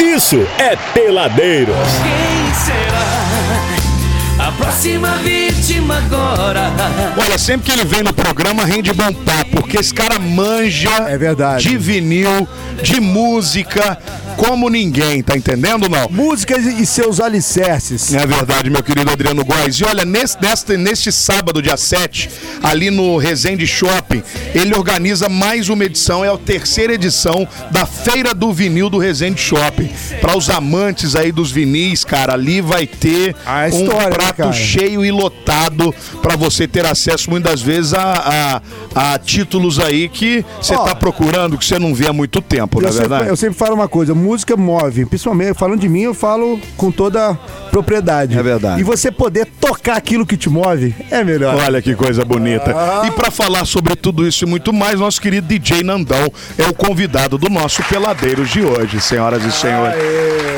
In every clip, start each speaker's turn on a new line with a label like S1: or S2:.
S1: isso é Peladeiros.
S2: Quem será a próxima vítima agora?
S3: Olha, sempre que ele vem no programa rende bom papo, porque esse cara manja
S4: É verdade.
S3: de vinil, de música, como ninguém, tá entendendo não?
S4: Músicas e seus alicerces.
S3: É verdade, meu querido Adriano Góes. E olha, nesse, neste, neste sábado, dia 7, ali no Resende Shopping, ele organiza mais uma edição, é a terceira edição da Feira do Vinil do Resende Shopping. Para os amantes aí dos vinis, cara, ali vai ter
S4: A história,
S3: um
S4: né,
S3: prato
S4: cara?
S3: cheio e lotado para você ter acesso muitas vezes a, a- a títulos aí que você
S4: Ó.
S3: tá procurando, que você não vê há muito tempo, não
S4: Eu
S3: é verdade?
S4: sempre, eu sempre falo uma coisa, música move, principalmente falando de mim, eu falo com toda propriedade.
S3: É verdade.
S4: E você poder tocar aquilo que te move é melhor.
S3: Olha que coisa bonita. E para falar sobre tudo isso e muito mais, nosso querido DJ Nandão é o convidado do nosso Peladeiros de hoje, senhoras e senhores.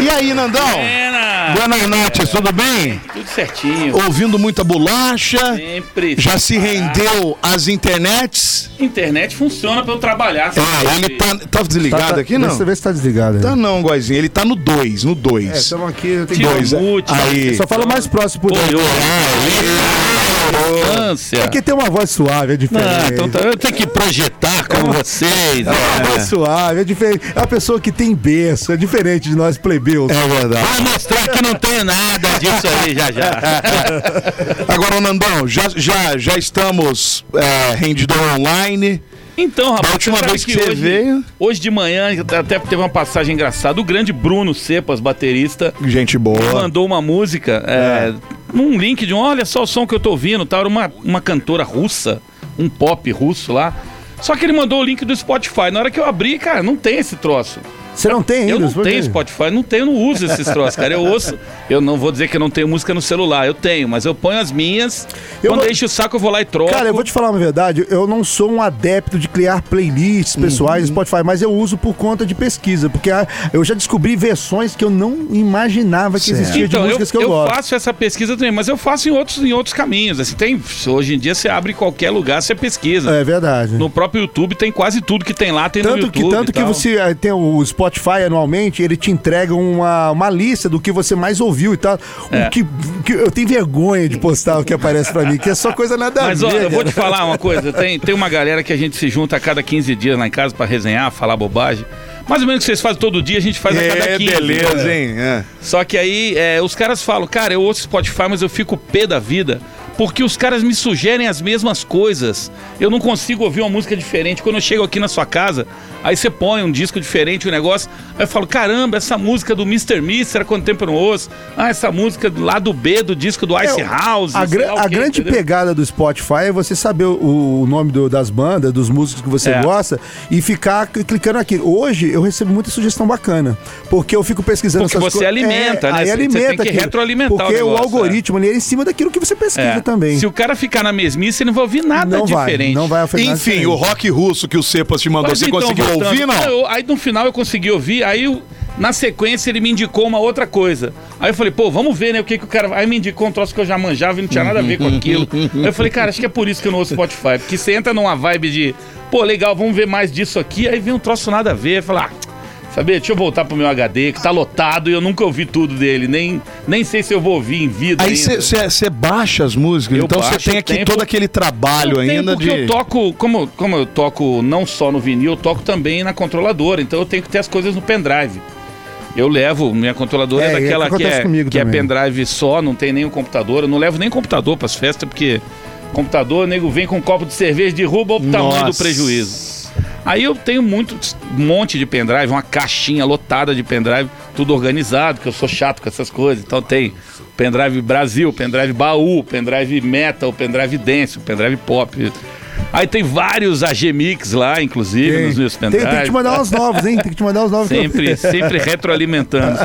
S3: E aí, Nandão?
S5: Pena!
S3: Boa noite, tudo bem?
S5: Ah, Tudo certinho.
S3: Ouvindo muita bolacha?
S5: Sempre.
S3: Já se rendeu às internets?
S5: Internet funciona pra eu trabalhar.
S3: Ah, ele tá, tá
S4: Tá-
S3: desligado
S4: tá-
S3: aqui, não?
S4: Deixa eu ver se tá desligado. aí.
S3: Tá não, Goizinho. Ele tá no 2, no 2.
S4: estamos É, aqui, eu tenho
S5: Tira
S4: dois.
S3: Dois, é.
S5: o mute.
S3: Aí. Ah, é
S4: Só fala mais próximo por
S5: Olhou.
S4: Porque tem uma voz suave, é diferente.
S6: Ah, então tá.
S3: É
S6: Eu tenho que projetar como vocês.
S4: Uma
S5: né?
S4: voz suave, é diferente. É uma pessoa que tem berço, é diferente de nós plebeus.
S3: É verdade.
S6: Vai mostrar que não tem nada disso aí já já.
S3: Agora, Nandão, já, já, já estamos é, rendidor online.
S5: Então, rapaz,
S3: Da última
S5: sabe
S3: vez que você
S5: hoje,
S3: veio-
S5: Hoje de manhã até teve uma passagem engraçada. O grande Bruno Cepas, baterista,
S3: Gente boa.
S5: mandou uma música é, num link de um, olha só o som que eu tô ouvindo, tá? Era uma, uma cantora russa, um pop russo lá. Só que ele mandou o link do Spotify. Na hora que eu abri, cara, não tem esse troço.
S4: Você não tem ainda?
S5: Eu não
S4: Você tem?
S5: tenho Spotify, não tenho, não uso esses troços, cara. Eu ouço, eu não vou dizer que eu não tenho música no celular, eu tenho, mas eu ponho as minhas.
S4: Eu
S5: quando
S4: vou-
S5: enche o saco, eu vou lá e troco.
S4: Cara, eu vou te falar uma verdade, eu não sou um adepto de criar playlists
S5: Uhum.
S4: pessoais no Spotify, mas eu uso por conta de pesquisa, porque a- eu já descobri versões que eu não imaginava que existia de
S5: então, eu,
S4: músicas que eu,
S5: eu
S4: gosto.
S5: faço essa pesquisa também, mas eu faço em outros, em outros caminhos. Assim, tem, hoje em dia você abre qualquer lugar, você pesquisa.
S4: É verdade.
S5: No próprio YouTube tem quase tudo que tem lá, tem no
S4: Tanto
S5: YouTube.
S4: que, tanto
S5: e
S4: que
S5: tal.
S4: você eh, tem o Spotify anualmente, ele te entrega uma, uma lista do que você mais ouviu e tal. O
S5: É.
S4: que, que eu tenho vergonha de postar o que aparece pra mim, que é só coisa nada
S5: Mas
S4: a
S5: ó,
S4: ver.
S5: eu vou
S4: cara.
S5: te falar uma coisa, tem, tem uma galera que a gente se junta a cada 15 dias lá em casa pra resenhar, falar bobagem. Mais ou menos o que vocês fazem todo dia, a gente faz a cada 15. né?
S3: É, hein? É.
S5: Só que aí é, os caras falam, cara, eu ouço Spotify, mas eu fico pé da vida. Porque os caras me sugerem as mesmas coisas. Eu não consigo ouvir uma música diferente. Quando eu chego aqui na sua casa, aí você põe um disco diferente, um negócio. Aí eu falo, caramba, essa música do Mr. Mister, há quanto tempo eu não ouço? Ah, essa música lá do B, do disco do Ice
S4: É,
S5: House.
S4: A,
S5: sei
S4: gran-
S5: lá o
S4: a
S5: quê,
S4: grande
S5: entendeu?
S4: pegada do Spotify é você saber o, o nome do- das bandas, dos músicos que você
S5: É.
S4: gosta e ficar cl- clicando aqui. Hoje eu recebo muita sugestão bacana, porque eu fico pesquisando
S5: Porque
S4: essas
S5: você
S4: co-
S5: alimenta, né?
S4: Aí
S5: Você- você
S4: alimenta
S5: tem que
S4: aquilo.
S5: retroalimentar o
S4: Porque o,
S5: negócio,
S4: algoritmo ele é em cima daquilo que você pesquisa
S5: É.
S4: também.
S5: Se o cara ficar na mesmice, ele não vai ouvir nada
S4: não vai,
S5: diferente.
S4: não vai ofender nada
S3: Enfim,
S4: diferente.
S3: o rock russo que o Cepas te mandou,
S5: Mas
S3: você
S5: então,
S3: conseguiu
S5: voltando,
S3: ouvir, não?
S5: eu- aí no final eu consegui ouvir, aí eu- na sequência ele me indicou uma outra coisa. Aí eu falei, pô, vamos ver, né, o que que o cara... Aí me indicou um troço que eu já manjava e não tinha nada a ver com aquilo. Aí eu falei, cara, acho que é por isso que eu não ouço Spotify, porque você entra numa vibe de, pô, legal, vamos ver mais disso aqui, aí vem um troço nada a ver, aí fala, ah, Saber, deixa eu voltar pro meu HD, que tá lotado e eu nunca ouvi tudo dele. Nem, nem sei se eu vou ouvir em vida.
S3: Aí
S5: ainda.
S3: você baixa as músicas,
S5: né? Eu
S3: então você
S5: baixo,
S3: tem
S5: eu
S3: aqui
S5: tenho-
S3: todo aquele trabalho
S5: Eu tenho
S3: ainda
S5: porque
S3: de.
S5: eu toco, como, como eu toco não só no vinil, eu toco também na controladora, então eu tenho que ter as coisas no pendrive. Eu levo, minha controladora
S4: É,
S5: é,
S4: é o que
S5: daquela que,
S4: acontece
S5: é,
S4: comigo
S5: que é
S4: também.
S5: pendrive só, não tem nem o computador, eu não levo nem computador pras festas, porque computador, o nego vem com um copo de cerveja, derruba o tamanho do
S3: Nossa.
S5: prejuízo. Aí eu tenho muito, um monte de pendrive, uma caixinha lotada de pendrive, tudo organizado, que eu sou chato com essas coisas. Então tem pendrive Brasil, pendrive baú, pendrive metal, pendrive dance, pendrive pop. Aí tem vários AG Mix lá, inclusive,
S4: Tem,
S5: nos meus
S4: tem,
S5: pendrives.
S4: tem que te mandar uns novos, hein? Tem que te mandar uns novos.
S5: Sempre, sempre retroalimentando.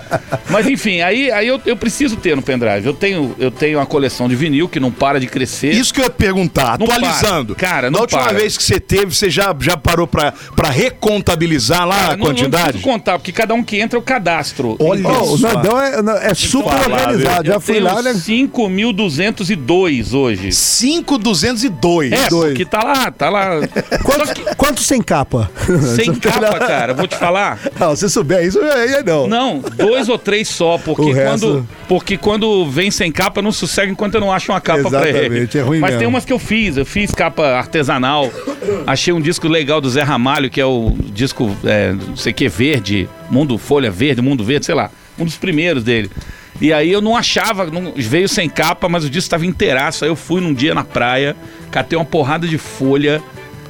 S5: Mas enfim, aí, aí eu, eu preciso ter no pendrive. Eu tenho, eu tenho uma coleção de vinil que não para de crescer.
S3: Isso que eu ia perguntar,
S5: Não
S3: atualizando.
S5: para. Cara,
S3: Na
S5: não
S3: última
S5: para.
S3: vez que você teve, você já, já parou pra, pra recontabilizar
S4: é
S3: lá
S5: Cara,
S3: a
S5: não- Não,
S3: quantidade?
S5: preciso contar, porque cada um que entra eu cadastro.
S3: Olha
S4: Ó, o
S3: só.
S4: Nandão é, é super
S3: falar,
S4: organizado.
S5: Eu
S4: Já fui
S5: tenho
S4: lá, né?
S5: 5.202 hoje.
S3: 5,202.
S5: É,
S4: dois.
S5: porque tá lá lá, tá lá. Só que
S4: Quanto, quanto sem capa?
S5: sem
S4: Tá
S5: capa, cara, vou te falar.
S4: Não, se souber isso, aí é não.
S5: Não, dois ou três só,
S4: O
S5: porque
S4: resto-
S5: quando, porque quando vem sem capa, eu não sossego enquanto eu não acho uma capa pra ele.
S4: Exatamente, é ruim
S5: Mas tem
S4: mesmo.
S5: umas que eu fiz, eu fiz capa artesanal. Achei um disco legal do Zé Ramalho, que é o disco, é, não sei o que, verde, Mundo Folha Verde, Mundo Verde, sei lá, um dos primeiros dele. E aí eu não achava, não- veio sem capa, mas o disco estava inteiraço. Aí eu fui num dia na praia, catei uma porrada de folha,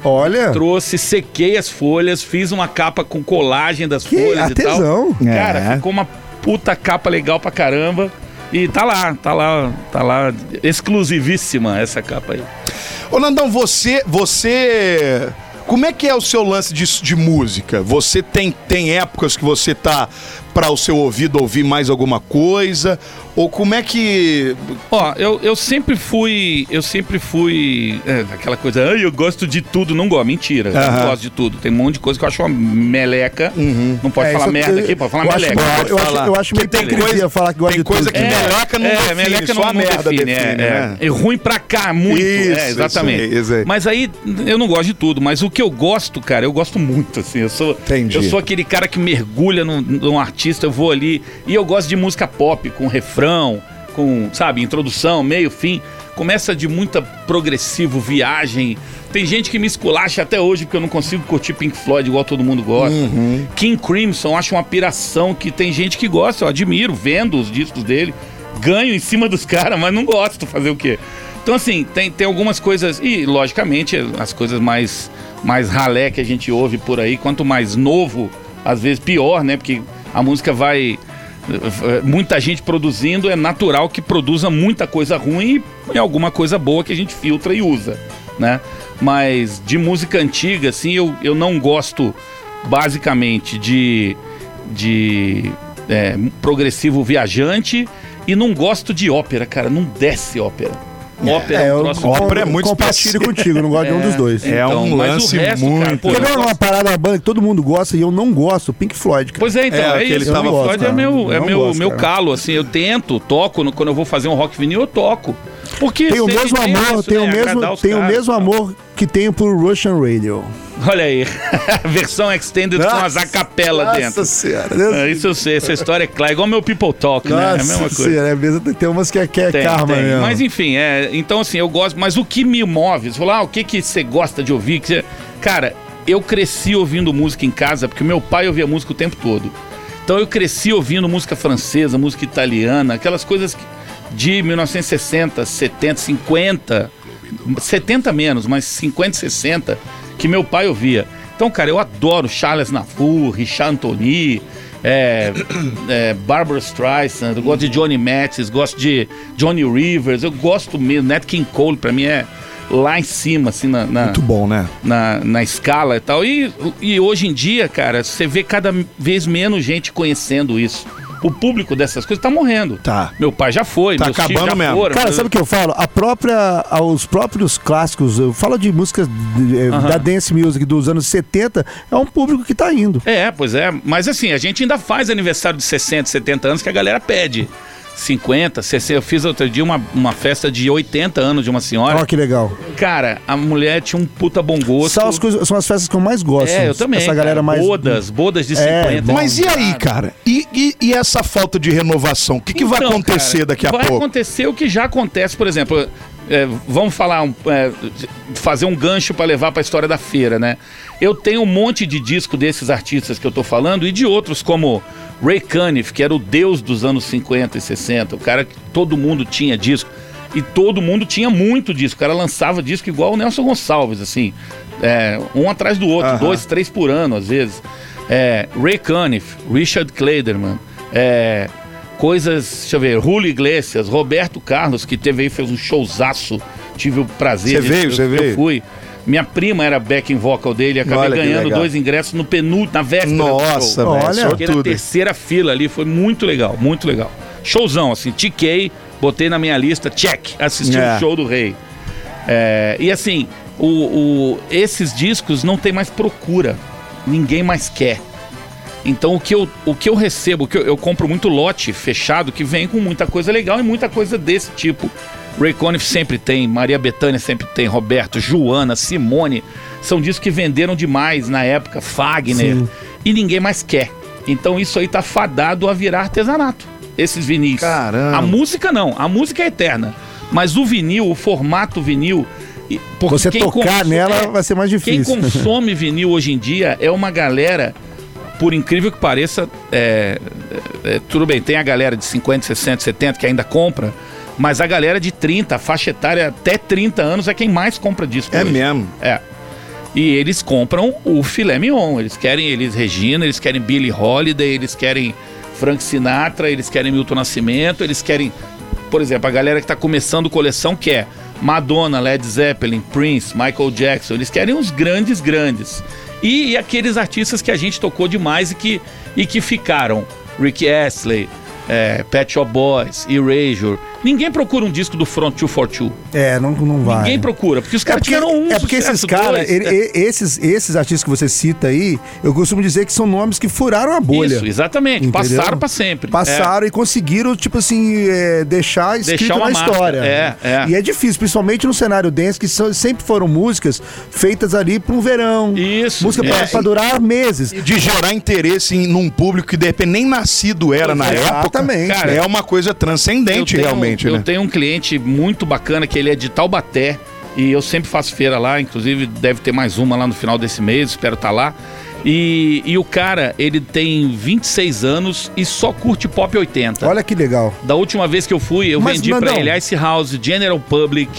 S4: Olha,
S5: trouxe, sequei as folhas, fiz uma capa com colagem das
S4: que
S5: folhas e tal.
S4: artesão.
S5: Cara, ficou uma puta capa legal pra caramba. E tá lá, tá lá, tá lá. Exclusivíssima essa capa aí.
S3: Ô, Nandão, você. você... Como é que é o seu lance de, de música? Você tem, tem épocas que você tá para o seu ouvido ouvir mais alguma coisa? Ou como é que.
S5: Ó, eu, eu sempre fui. Eu sempre fui. é, aquela coisa, ah, eu gosto de tudo, não gosto. Mentira, eu não
S3: Aham.
S5: gosto de tudo. Tem um monte de coisa que eu acho uma meleca. Não pode
S4: É,
S5: falar
S4: isso eu-
S5: merda aqui, pode falar
S4: eu acho-
S5: meleca.
S4: eu acho- Eu acho
S3: Porque
S4: meio
S3: tem
S4: hipocrisia
S3: coisa-
S4: falar que gosta
S3: tem
S4: de
S3: coisa
S4: tudo.
S3: que
S4: né?
S3: meleca não define, só a merda define,
S5: é,
S3: né?
S5: é. E ruim pra cá, muito.
S3: Isso,
S5: é, exatamente.
S3: isso aí, isso aí.
S5: Mas aí eu não gosto de tudo, mas o que eu gosto, cara, eu gosto muito, assim. Eu sou,
S3: Entendi.
S5: eu sou aquele cara que mergulha num, num artista, eu vou ali. E eu gosto de música pop, com refrão, com, sabe, introdução, meio, fim. Começa de muita progressivo, viagem. Tem gente que me esculacha até hoje porque eu não consigo curtir Pink Floyd igual todo mundo gosta. King Crimson, acho uma piração que tem gente que gosta, eu admiro, vendo os discos dele, ganho em cima dos caras, mas não gosto, fazer o quê? Então, assim, tem, tem algumas coisas. E, logicamente, as coisas mais, mais ralé que a gente ouve por aí, quanto mais novo, às vezes pior, né? Porque a música vai. eh, eh, Muita gente produzindo, é natural que produza muita coisa ruim e alguma coisa boa que a gente filtra e usa, né? Mas de música antiga, assim, eu, eu não gosto basicamente de, de é, progressivo viajante e não gosto de ópera, cara. Não desce ópera. Ópera
S4: É,
S5: é, um
S4: eu
S5: troço Então,
S3: ópera é
S4: com-
S3: muito
S4: compartilho contigo, não gosto de um dos dois.
S3: É um
S5: mas o
S3: lance
S5: resto, cara,
S3: muito-
S5: pô, eu
S4: Quer ver
S5: gosto-
S4: uma parada, uma banda que todo mundo gosta e eu não gosto? Pink Floyd, cara.
S5: Pois é, então,
S3: É,
S5: é,
S3: aquele
S5: isso.
S3: que tava
S5: Pink
S4: fora,
S5: Floyd é
S4: cara.
S5: meu, é
S4: Não
S5: meu,
S4: gosto,
S5: meu
S4: cara.
S5: calo, assim, eu tento, toco, no- quando eu vou fazer um rock vinil, eu toco. Porque
S4: Tem o
S5: sempre
S4: mesmo amor,
S5: é, isso,
S4: tem
S5: né,
S4: o
S5: agradar
S4: mesmo,
S5: os
S4: tem o
S5: caras, tá?
S4: mesmo
S5: tal.
S4: amor que tenho por Russian Radio.
S5: Olha aí, versão extended com as
S4: Nossa,
S5: acapela dentro.
S4: senhora.
S5: É, isso eu sei, essa história é clara, igual meu People Talk, né? É a
S4: Nossa
S5: mesma coisa.
S4: senhora, é mesmo, tem umas que é, que é
S5: Tem,
S4: karma
S5: tem.
S4: mesmo.
S5: Mas enfim, é, então assim, eu gosto, mas o que me move, você falou, ah, o que que você gosta de ouvir? que você- Cara, eu cresci ouvindo música em casa, porque meu pai ouvia música o tempo todo. Então eu cresci ouvindo música francesa, música italiana, aquelas coisas que- de 1960, 70, 50, 70 menos, mas 50, 60, que meu pai ouvia. Então, cara, eu adoro Charles Nafur, Richard Anthony, é, é, Barbara Streisand, eu gosto de Johnny Mathis, gosto de Johnny Rivers, eu gosto mesmo, Nat King Cole pra mim é lá em cima, assim, na, na-
S3: Muito bom, né?
S5: na, na escala e tal. E, e hoje em dia, cara, você vê cada vez menos gente conhecendo isso. O público dessas coisas tá morrendo.
S3: Tá.
S5: Meu pai já foi,
S3: Tá
S5: meus tios
S3: acabando
S5: já
S3: mesmo.
S5: foram.
S4: Cara, sabe o que eu falo? A própria, os próprios clássicos, eu falo de músicas eh, da dance music dos anos 70, é um público que tá indo.
S5: É, pois é. Mas assim, a gente ainda faz aniversário de 60, 70 anos que a galera pede. 50, 60. Eu fiz outro dia uma, uma festa de 80 anos de uma senhora.
S4: Ó, que legal.
S5: Cara, a mulher tinha um puta bom gosto.
S4: São as, coisas, são as festas que eu mais gosto.
S5: É, eu também.
S4: Essa galera
S5: cara.
S4: mais.
S5: Bodas, bodas de
S4: É,
S5: 50.
S3: Mas e aí, cara? E, e- e essa falta de renovação? O que, que vai
S5: Então,
S3: acontecer
S5: cara,
S3: daqui a
S5: vai
S3: pouco?
S5: acontecer o que já acontece, por exemplo. é, vamos falar, um, é, fazer um gancho para levar para a história da feira, né? Eu tenho um monte de disco desses artistas que eu tô falando e de outros como Ray Cunniff, que era o deus dos anos 50 e 60, o cara que todo mundo tinha disco e todo mundo tinha muito disco. O cara lançava disco igual o Nelson Gonçalves, assim, é, um atrás do outro, dois, três por ano às vezes. É, Ray Cunniff, Richard Clayderman, é, coisas, deixa eu ver, Julio Iglesias, Roberto Carlos, que teve aí, fez um showzaço. Tive o prazer
S3: Você veio,
S5: eu-
S3: você
S5: eu
S3: veio?
S5: fui. Minha prima era backing vocal dele, acabei
S3: Olha que
S5: ganhando
S3: legal.
S5: dois ingressos no penúltimo, na véspera do
S3: Nossa,
S5: show.
S4: Olha,
S3: velho,
S5: Fiquei na
S3: sortudo.
S5: terceira fila ali, foi muito legal, muito legal. Showzão, assim, tiquei, botei na minha lista, check, assisti o
S3: É.
S5: show do rei. É, e assim, o- o- esses discos não tem mais procura, ninguém mais quer. Então o que eu, o que eu recebo, o que eu, eu compro muito lote fechado que vem com muita coisa legal e muita coisa desse tipo. Ray Conniff sempre tem, Maria Bethânia sempre tem, Roberto, Joana, Simone. São discos que venderam demais na época, Fagner. E ninguém mais quer. Então isso aí tá fadado a virar artesanato. Esses vinis.
S3: Caramba.
S5: A música não, a música é eterna. Mas o vinil, o formato vinil. e- porque
S4: Você
S5: quem
S4: tocar
S5: cons-
S4: nela
S5: é,
S4: vai ser mais
S5: quem
S4: difícil.
S5: consome vinil hoje em dia é uma galera, por incrível que pareça, é, é, tudo bem, tem a galera de 50, 60, 70 que ainda compra, mas a galera de 30, a faixa etária até 30 anos é quem mais compra disco
S3: É
S5: hoje.
S3: mesmo.
S5: É. E eles compram o filé mignon, eles querem eles Regina, eles querem Billie Holiday, eles querem Frank Sinatra, eles querem Milton Nascimento, eles querem, por exemplo, a galera que tá começando coleção quer Madonna, Led Zeppelin, Prince, Michael Jackson, eles querem os grandes grandes. E, e aqueles artistas que a gente tocou demais e que, e que ficaram, Rick Astley, é, Pet Shop Boys, Erasure. Ninguém procura um disco do Front 242.
S4: É, não, não vai.
S5: Ninguém procura, porque os
S4: É
S5: caras
S4: porque,
S5: tiveram um
S4: é porque esses
S5: sucesso,
S4: caras,
S5: dois. né? É.
S4: ele- e- esses, esses artistas que você cita aí, eu costumo dizer que são nomes que furaram a bolha.
S5: Isso, exatamente.
S4: Entendeu?
S5: Passaram pra sempre. É.
S4: Passaram e conseguiram, tipo assim, é, deixar escrito
S5: Deixar uma
S4: na
S5: marca,
S4: história.
S5: é,
S4: né?
S5: é.
S4: E é difícil, principalmente no cenário dance, que são- sempre foram músicas feitas ali para um verão.
S5: Isso,
S4: Música pra-
S5: é.
S4: pra durar meses.
S3: De gerar interesse em, num público que de repente nem nascido era na
S4: Exatamente.
S3: época.
S5: Cara,
S3: é uma coisa
S5: Eu
S3: transcendente
S5: tenho-
S3: realmente,
S5: Eu
S3: né?
S5: tenho um cliente muito bacana que ele é de Taubaté e eu sempre faço feira lá, inclusive deve ter mais uma lá no final desse mês, espero estar lá. E, e o cara, ele tem 26 anos e só curte pop 80.
S4: Olha que legal.
S5: Da última vez que eu fui, eu
S4: Mas,
S5: vendi
S4: Nandão-
S5: pra ele Ice House, General Public.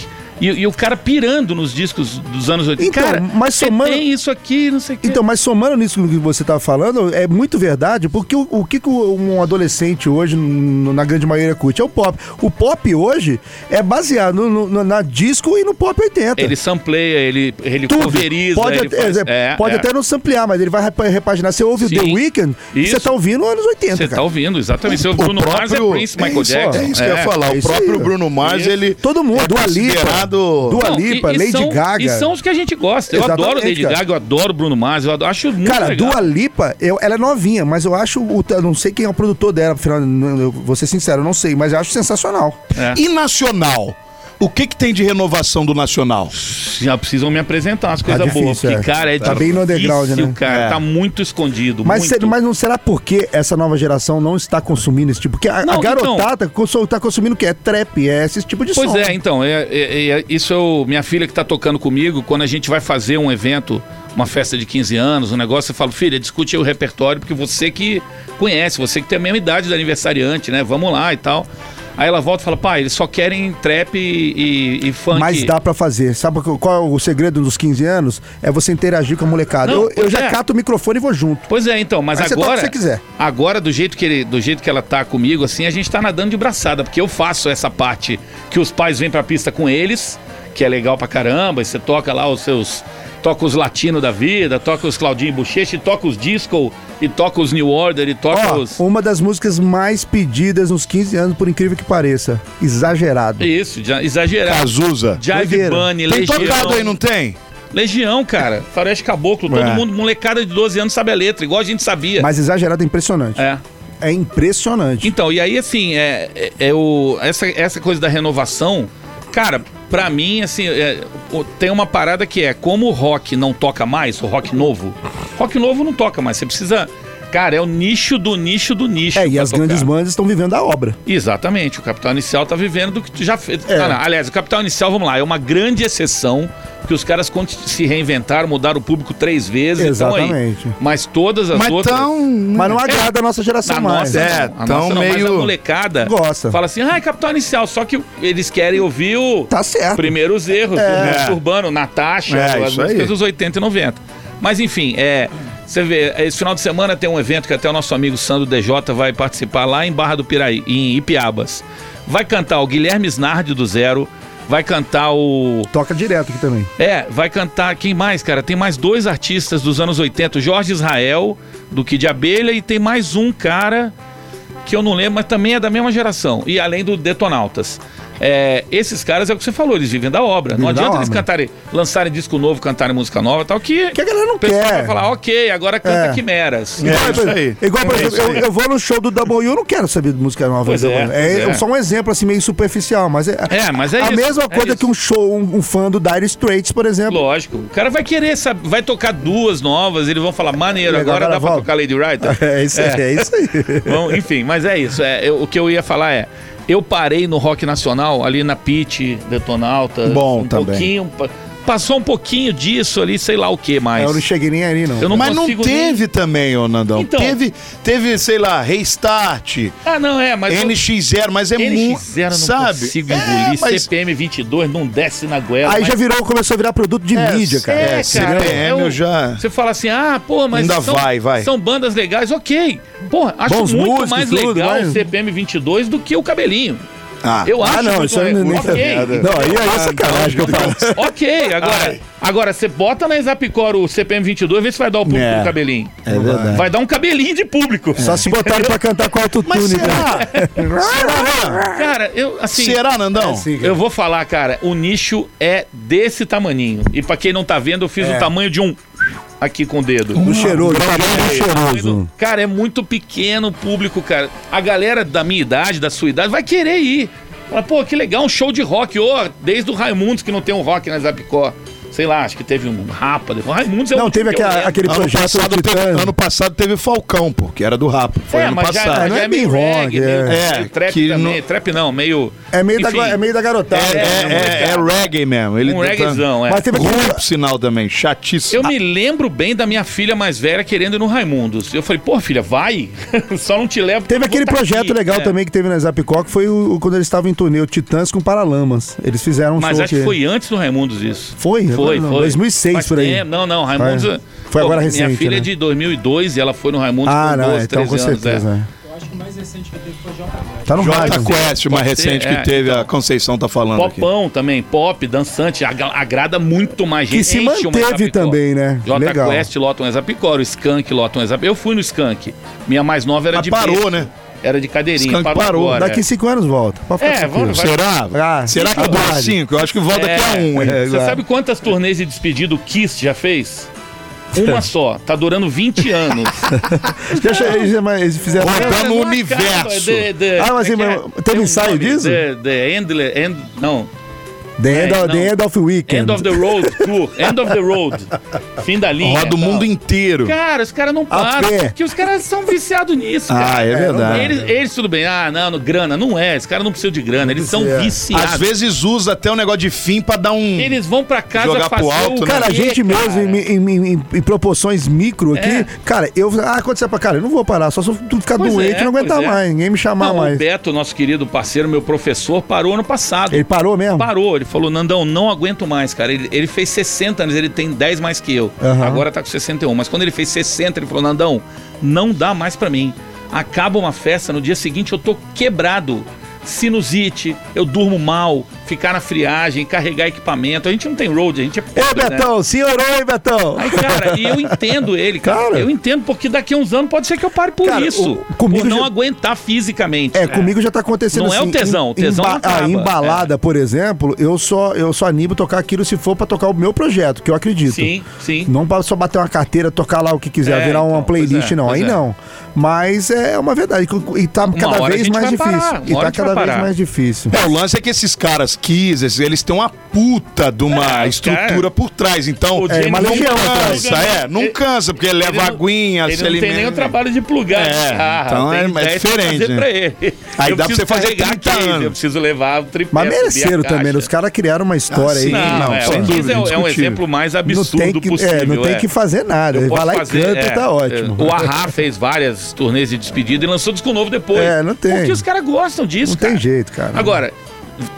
S5: E, e o cara pirando nos discos dos anos 80.
S4: Então,
S5: cara,
S4: mas
S5: você
S4: somando-
S5: tem isso aqui, não sei o quê.
S4: Então, mas somando nisso que você estava falando, é muito verdade, porque o, o que que o- um adolescente hoje, n- na grande maioria, curte? É o pop. O pop hoje é baseado no- no- na disco e no pop 80.
S5: Ele sampleia, ele, ele
S4: Tudo.
S5: coveriza.
S4: pode
S5: ele
S4: até,
S5: faz-
S4: é,
S5: é,
S4: pode
S5: é.
S4: até não samplear, mas ele vai repa- repaginar. Você ouve
S5: Sim.
S4: o The Weeknd,
S5: Isso.
S4: você tá ouvindo anos 80,
S5: Você tá
S4: cara.
S5: ouvindo, exatamente. O,
S3: O
S5: Bruno Mars é
S3: próprio-
S5: Prince, Michael
S4: isso, ó.
S5: Jackson.
S3: É isso que eu ia falar.
S4: é
S3: o
S4: isso
S3: próprio
S4: aí.
S3: Bruno Mars,
S5: Isso.
S3: ele.
S4: Todo mundo,
S3: é
S4: Dua Lipa.
S3: considerado-
S4: Dua
S5: Não,
S4: Lipa, Lady
S5: são,
S4: Gaga.
S5: E são os que a gente gosta. Eu
S4: Exatamente,
S5: adoro Lady
S4: cara.
S5: Gaga, eu adoro Bruno Mars, eu adoro, acho muito
S4: Cara,
S5: legal.
S4: Dua Lipa, eu- ela é novinha, mas eu acho, o- eu não sei quem é o produtor dela, afinal, eu- eu vou ser sincero, eu não sei, mas eu acho sensacional.
S5: É.
S3: E nacional? O que, que tem de renovação do nacional?
S5: Já precisam me apresentar as coisas
S4: difícil,
S5: boas. Porque,
S4: é.
S5: cara, é
S4: Tá bem no underground, né?
S5: cara.
S3: É.
S5: Tá muito escondido.
S4: Mas,
S5: muito.
S4: se- mas não será porque essa nova geração não está consumindo esse tipo? Porque a, a
S5: Não, então-
S4: garotada consu- tá consumindo o quê? É trap, é esse tipo de
S5: Pois
S4: som.
S5: é, então, é, é- é- isso é o- minha filha que tá tocando comigo, quando a gente vai fazer um evento, uma festa de 15 anos, um negócio, eu falo, filha, discute aí o repertório, porque você que conhece, você que tem a mesma idade do aniversariante, né? Vamos lá e tal. Aí ela volta e fala, pai, eles só querem trap e, e, e funk.
S4: Mas dá pra fazer. Sabe qual- qual é o segredo dos 15 anos? É você interagir com a molecada.
S5: Não,
S4: eu eu
S5: pois
S4: já
S5: é.
S4: cato o microfone e vou junto.
S5: Pois é, então, mas
S4: Aí você toca o
S5: agora.
S4: que você quiser.
S5: Agora, do jeito, que ele, do jeito que ela tá comigo, assim, a gente tá nadando de braçada, porque eu faço essa parte que os pais vêm pra pista com eles, que é legal pra caramba, e você toca lá os seus. Toca os latinos da vida, toca os Claudinho Bochecha, e toca os disco, e toca os New Order, e toca
S4: Ó,
S5: os.
S4: uma das músicas mais pedidas nos 15 anos, por incrível que pareça. Exagerado.
S5: Isso, já- exagerado.
S3: Cazuza.
S5: Jive
S4: doideira.
S5: Bunny,
S3: Tem
S5: Legião.
S3: tocado aí, não tem?
S5: Legião, cara. Faroeste Caboclo, todo
S3: É.
S5: mundo, molecada de 12 anos sabe a letra, igual a gente sabia.
S4: Mas exagerado é impressionante. É,
S5: É.
S4: impressionante.
S5: Então, e aí, assim, é, é- é o, essa, essa coisa da renovação, cara, pra mim, assim, é, o- tem uma parada que é, como o rock não toca mais, o rock novo, rock novo não toca mais, você precisa... Cara, é o nicho do nicho do nicho.
S4: É, e
S5: pra
S4: as
S5: tocar.
S4: grandes bandas estão vivendo a obra.
S5: Exatamente, o Capital Inicial tá vivendo do que tu já fez.
S4: É.
S5: Não, não, aliás, o Capital Inicial, vamos lá, é uma grande exceção que os caras conti- se reinventaram, mudaram o público três vezes. então aí.
S4: Exatamente.
S5: Mas todas as
S3: Mas
S5: outras...
S3: tão.
S4: Mas não agrada a nossa geração
S5: A
S4: mais.
S5: nossa,
S3: É,
S5: não. A
S3: tão
S5: nossa não, mas
S3: meio-
S5: a molecada
S4: Gosta.
S5: fala assim, ah, é Capital Inicial, só que eles querem ouvir o
S4: Tá certo.
S5: primeiros erros,
S4: É.
S5: do Monte Urbano, Natasha,
S3: É,
S5: as
S3: isso
S5: músicas
S3: aí.
S5: dos 80 e 90. Mas enfim, é, você vê, esse final de semana tem um evento que até o nosso amigo Sandro DJ vai participar lá em Barra do Piraí, em Ipiabas. Vai cantar o Guilherme Snardi do Zero, vai cantar o
S4: Toca direto aqui também.
S5: é, vai cantar quem mais, cara? Tem mais dois artistas dos anos 80, o Jorge Israel, do Kid Abelha, e tem mais um cara que eu não lembro, mas também é da mesma geração. E além do Detonautas. é, esses caras é o que você falou, eles vivem da obra. Não
S4: Vivem da
S5: adianta eles
S4: obra.
S5: cantarem, lançarem disco novo, cantarem música nova e tal, que,
S4: Que a galera não
S5: o pessoal
S4: quer.
S5: vai falar, ok, agora canta
S4: É.
S5: quimeras.
S4: Igual, por
S3: isso
S4: exemplo,
S3: aí.
S4: igual, por exemplo, eu, eu vou no show do W, eu não quero saber de música nova.
S5: É Pois
S4: do
S5: é,
S4: W. é,
S5: pois é.
S4: só um exemplo assim meio superficial, mas é,
S5: É, mas é
S4: a
S5: isso,
S4: mesma
S5: é
S4: coisa
S5: isso.
S4: que um show, um, um fã do Dire Straits, por exemplo.
S5: Lógico. O cara vai querer, sabe, vai tocar duas novas, eles vão falar, maneiro,
S4: Legal,
S5: agora
S4: agora
S5: dá pra
S4: volta.
S5: tocar Lady Writer.
S4: É isso, aí, é isso aí.
S5: Bom, enfim, mas é isso. É, eu- o que eu ia falar é. Eu parei no Rock Nacional, ali na Pit, Detonauta.
S3: Bom
S5: um
S3: também.
S5: pouquinho. pa- Passou um pouquinho disso ali, sei lá o que mais.
S4: Eu não cheguei nem ali, não.
S5: Eu não
S3: Mas não
S5: consigo
S3: teve também, ô Nandão.
S5: Então.
S3: Teve, teve, sei lá, Restart,
S5: Ah, não, é, mas.
S3: NX0, mas é muito.
S5: NX0 eu não
S3: sabe?
S5: consigo
S3: É,
S5: engolir.
S3: mas-
S5: CPM 22 não desce na goela.
S4: Aí
S5: É, mas-
S4: já virou, começou a virar produto de
S3: É,
S4: mídia, cara. Ah,
S3: é,
S5: cara,
S3: CPM eu já-
S5: Você fala assim, ah, pô, mas
S3: Ainda
S5: são,
S3: vai, vai.
S5: são bandas legais, ok. Porra, acho
S4: Bons
S5: muito
S4: músicos,
S5: mais
S4: tudo,
S5: legal
S4: mas-
S5: o CPM 22 do que o Cabelinho.
S3: Ah,
S5: Eu acho
S4: Ah, não,
S5: muito
S4: isso aí
S5: mais-
S4: nem
S5: ok.
S4: Não, aí é sacanagem que eu falo.
S5: Ok, agora, agora você bota na Zapcor o CPM 22, vê se vai dar o público
S3: É.
S5: do cabelinho.
S3: é verdade. É.
S5: Vai dar um cabelinho de público.
S4: Só se botaram pra cantar com
S3: Mas
S4: autotune. né?
S3: será? será?
S5: Cara, eu assim,
S3: será, Nandão?
S5: eu vou falar, cara, o nicho é desse tamaninho. E pra quem não tá vendo, eu fiz
S3: É.
S5: o tamanho de um aqui com o dedo.
S3: Um
S4: Do cheiroso, tá bom, do cheiroso.
S5: Cara, é muito pequeno o público, cara. A galera da minha idade, da sua idade, vai querer ir. Fala, pô, que legal, um show de rock. Ô, desde o Raimundos que não tem um rock na Zapcor. Sei lá, acho que teve um Rapa. O Raimundos é
S4: Não,
S5: um
S4: teve
S5: que eu
S4: aquela-
S5: lembro.
S4: aquele
S3: Ano
S4: projeto
S3: passado,
S4: do
S3: teve,
S4: Titãs.
S3: ano passado teve Falcão, pô, que era do Rapa. Foi ano
S5: mas já-
S3: passado.
S5: já
S4: não é bem rock,
S5: reggae, meio,
S3: é.
S5: meio
S3: É,
S5: trap
S3: que
S5: também.
S3: não-
S5: Trap não, meio.
S4: É meio, da,
S5: enfim,
S4: go- é meio da garotada.
S3: É,
S4: né?
S3: é, é, é reggae mesmo. Ele
S5: Um reggaezão, é.
S4: Mas teve aquele-
S3: Ruim pro sinal também, chatíssimo.
S5: Eu me lembro bem da minha filha mais velha querendo ir no Raimundos. Eu falei, pô, filha, vai. Só não te levo. porque
S4: Teve
S5: eu vou
S4: aquele
S5: tá
S4: projeto
S5: aqui.
S4: legal
S5: É.
S4: também que teve na Zapicó, que foi o, o- quando eles estavam em turnê, o Titãs com Paralamas. Eles fizeram um
S5: Mas
S4: show
S5: acho que foi antes do Raimundos isso.
S4: Foi?
S5: Foi,
S4: Não,
S5: foi.
S4: 2006
S5: Faz
S4: por aí.
S5: tempo. Não, não, Raimundos.
S4: Faz. Foi agora recente,
S5: Minha filha
S4: né?
S5: é de 2002 e ela foi no Raimundos
S4: Ah,
S5: com
S4: não,
S5: 12,
S4: então com
S5: 13 anos.
S4: certeza.
S5: é.
S4: é. Tá no
S3: Ah, Jota
S4: rádio.
S3: Quest, uma
S5: Pode ser,
S3: recente
S5: é,
S3: que teve, a Conceição tá falando aqui.
S5: Popão também, pop, dançante, agra- agrada muito mais gente.
S4: Que se
S5: enche uma
S4: manteve
S5: Zapicó.
S4: também, né?
S5: Jota
S4: Legal.
S5: Quest lota um Exapicor, o Skank lota um Exapicor. Eu fui no Skank. Minha mais nova era
S3: Mas
S5: de
S3: parou,
S5: berço.
S3: né?
S5: Era de cadeirinha.
S3: Skank parou.
S5: agora,
S4: Daqui
S5: é.
S4: cinco anos volta. Pode ficar
S5: É,
S4: tranquilo.
S5: vamos-
S3: Será?
S4: Ah,
S3: Será que
S4: tá
S3: dura
S4: tarde.
S3: cinco? Eu acho que volta aqui a um, hein?
S5: É, Você
S4: exato.
S5: sabe quantas turnês de despedida o Kiss já fez? Uma só. Tá durando 20 anos. É
S4: Deixa eles, mas eles fizeram.
S3: Rodando
S5: Cara,
S3: o
S5: não
S3: universo.
S5: The-
S4: Ah,
S5: the-
S4: mas
S5: como
S4: assim,
S5: é
S4: mas
S5: que é?
S4: teve
S5: Tem um
S4: ensaio
S5: nome,
S4: disso?
S5: The, the Endless... End, não.
S4: The end,
S5: É,
S4: of, the
S5: não.
S4: end of Weekend.
S5: End of the Road Tour. End of the Road. Fim da linha.
S3: Roda o
S5: tal.
S3: mundo inteiro.
S5: então. Cara, os caras não
S4: pé.
S5: param. Porque os caras são viciados nisso, cara.
S3: Ah, é
S4: Né?
S3: verdade.
S5: Eles, eles tudo bem. Ah, não, no- grana. Não é. Esse cara não precisa de grana. Eles são
S4: É.
S5: viciados.
S3: Às vezes usa até um negócio de fim pra dar um.
S5: assim, ah, Eles vão pra casa
S3: Jogar pro alto,
S5: o
S3: né?
S4: Cara, a
S5: quê,
S4: gente
S5: cara?
S4: mesmo em, em- em- em proporções micro aqui,
S5: É.
S4: cara, eu. Ah, aconteceu pra cara, eu não vou parar, só se eu ficar
S5: Pois
S4: doente
S5: é,
S4: e não aguentar
S5: pois é.
S4: mais, ninguém me chamar
S5: Não,
S4: mais.
S5: O Beto, nosso querido parceiro, meu professor, parou ano passado.
S4: Ele parou mesmo?
S5: Parou, ele falou, Nandão, não aguento mais, cara. Ele, ele fez 60 anos, ele tem 10 mais que eu.
S4: Aham.
S5: Agora tá com 61. Mas quando ele fez 60, ele falou, Nandão, não dá mais pra mim. Acaba uma festa, no dia seguinte eu tô quebrado. Sinusite, eu durmo mal, ficar na friagem, carregar equipamento. A gente não tem road, a gente é pobre,
S4: Ô,
S5: né?
S4: Betão, senhorou, hein, Betão?
S5: Aí, cara, e eu entendo ele, cara.
S4: Cara.
S5: Eu entendo, porque daqui a uns anos pode ser que eu pare por
S4: Cara,
S5: isso.
S4: o- comigo
S5: por não
S4: já-
S5: aguentar fisicamente.
S4: É, comigo já tá acontecendo
S5: Não é
S4: assim,
S5: o tesão,
S4: em-
S5: o tesão não
S4: ah,
S5: acaba. É.
S4: embalada, por exemplo, eu só, eu só animo tocar aquilo se for pra tocar o meu projeto, que eu acredito.
S5: É. Sim, sim.
S4: Não pra só bater uma carteira, tocar lá o que quiser,
S5: É,
S4: virar uma
S5: então,
S4: playlist,
S5: pois é,
S4: não. Aí
S5: pois é.
S4: não. Mas é uma verdade. que- E tá cada
S5: hora a
S4: vez
S5: gente
S4: mais
S5: vai
S4: difícil. e tá
S5: parar, uma hora a gente vai
S4: cada vez
S5: parar.
S4: mais difícil.
S3: É, o lance é que esses caras Kiss, esses- eles têm uma puta de uma
S5: É,
S3: estrutura
S5: cara.
S3: por trás. Então,
S5: O
S3: é,
S5: James
S3: mas não
S4: Brown
S3: cansa,
S5: também.
S3: é, não
S5: né? Ele-
S3: cansa, porque ele leva
S5: não-
S3: aguinha,
S5: Ele
S3: se
S5: não tem nem o
S3: alimenta.
S5: trabalho de plugar.
S3: É,
S5: a guitarra,
S3: então
S5: tem
S3: é- mas é
S5: 10 pra
S3: diferente,
S5: fazer
S3: né?
S5: pra ele.
S3: Aí
S5: Eu
S3: dá pra
S5: preciso
S3: você fazer
S5: carregar
S3: 30
S5: case,
S3: anos.
S5: Eu preciso levar o tripé.
S4: Mas
S5: subir a
S4: mereceram
S5: caixa.
S4: também, né? os caras criaram uma história
S3: Ah,
S4: aí.
S3: sim,
S5: Não,
S3: Não,
S5: é,
S3: sem
S5: o Kiss
S3: dúvida,
S5: é, o- é um
S3: indiscutível.
S5: exemplo mais
S4: não
S5: absurdo
S4: tem, que,
S5: possível.
S4: é, não tem
S5: é.
S4: que fazer nada.
S5: Eu
S4: Ele vai
S5: posso
S4: lá e
S5: fazer,
S4: canta e
S5: é,
S4: tá ótimo.
S5: é. O Ahá fez várias turnês de despedida e lançou disco novo depois.
S4: É, não tem.
S5: Porque os caras gostam disso,
S4: Não
S5: cara.
S4: tem jeito, cara.
S5: Agora,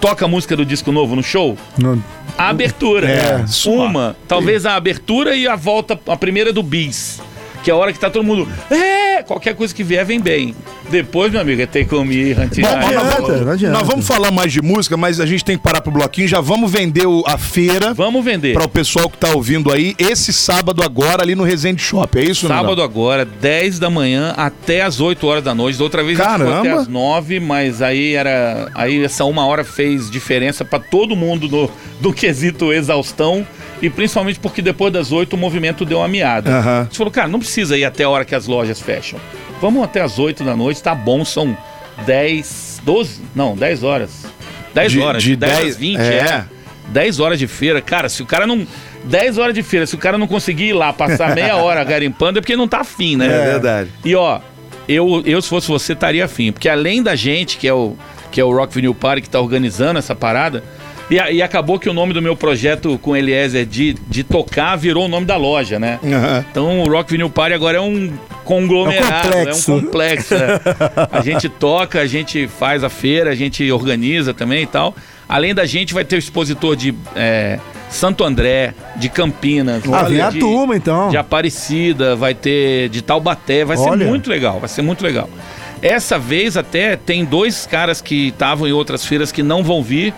S5: toca a música do disco novo no show?
S4: Não- ah,
S5: A abertura.
S3: É,
S5: uma, talvez a abertura e a volta, a primeira do Bis. que é a hora que tá todo mundo. É! Qualquer coisa que vier, vem bem. Depois, meu amigo, é Take On Me, Hunting
S3: Bom,
S5: High.
S3: nós
S4: adianta,
S3: vamos-
S4: não adianta.
S3: Nós vamos falar mais de música, mas a gente tem que parar pro bloquinho. Já vamos vender o- a feira
S5: Vamos vender.
S3: para o pessoal que tá ouvindo aí esse sábado agora ali no Resende Shop. É isso, Nandão?
S5: Sábado agora, 10 da manhã até as 8 horas da noite. Da outra vez a gente
S3: Caramba!
S5: foi até as 9, mas aí era. Aí essa uma hora fez diferença pra todo mundo no, do quesito exaustão. E principalmente porque depois das 8 o movimento deu uma miada.
S3: Aham.
S5: A gente falou, cara, não precisa ir até a hora que as lojas fecham. Vamos até as 8 da noite, tá bom, são 10, 12, não, 10 horas. 10
S3: De-
S5: horas,
S3: de
S5: de 10,
S3: dez-
S5: às 20,
S3: é.
S5: é. 10 horas de feira, cara, se o cara não. 10 horas de feira, se o cara não conseguir ir lá passar meia hora garimpando, é porque não tá afim, né?
S3: É verdade.
S5: E ó, eu, eu se fosse você, estaria afim. Porque além da gente, que é o, que é o Rock Vinyl Party, que tá organizando essa parada, e, a- e acabou que o nome do meu projeto com o Eliezer de, de tocar virou o nome da loja, né?
S3: Aham.
S5: Então o Rock Vinyl Party agora é um conglomerado,
S4: É um
S5: é um
S4: complexo.
S5: complexo. né? A gente toca, a gente faz a feira, a gente organiza também e tal. Além da gente, vai ter o expositor de é, Santo André, de Campinas.
S4: Ah, vem a
S5: de-
S4: turma, então.
S5: de Aparecida, vai ter de Taubaté, vai
S4: Olha.
S5: ser muito legal, vai ser muito legal. Essa vez até tem dois caras que estavam em outras feiras que não vão vir,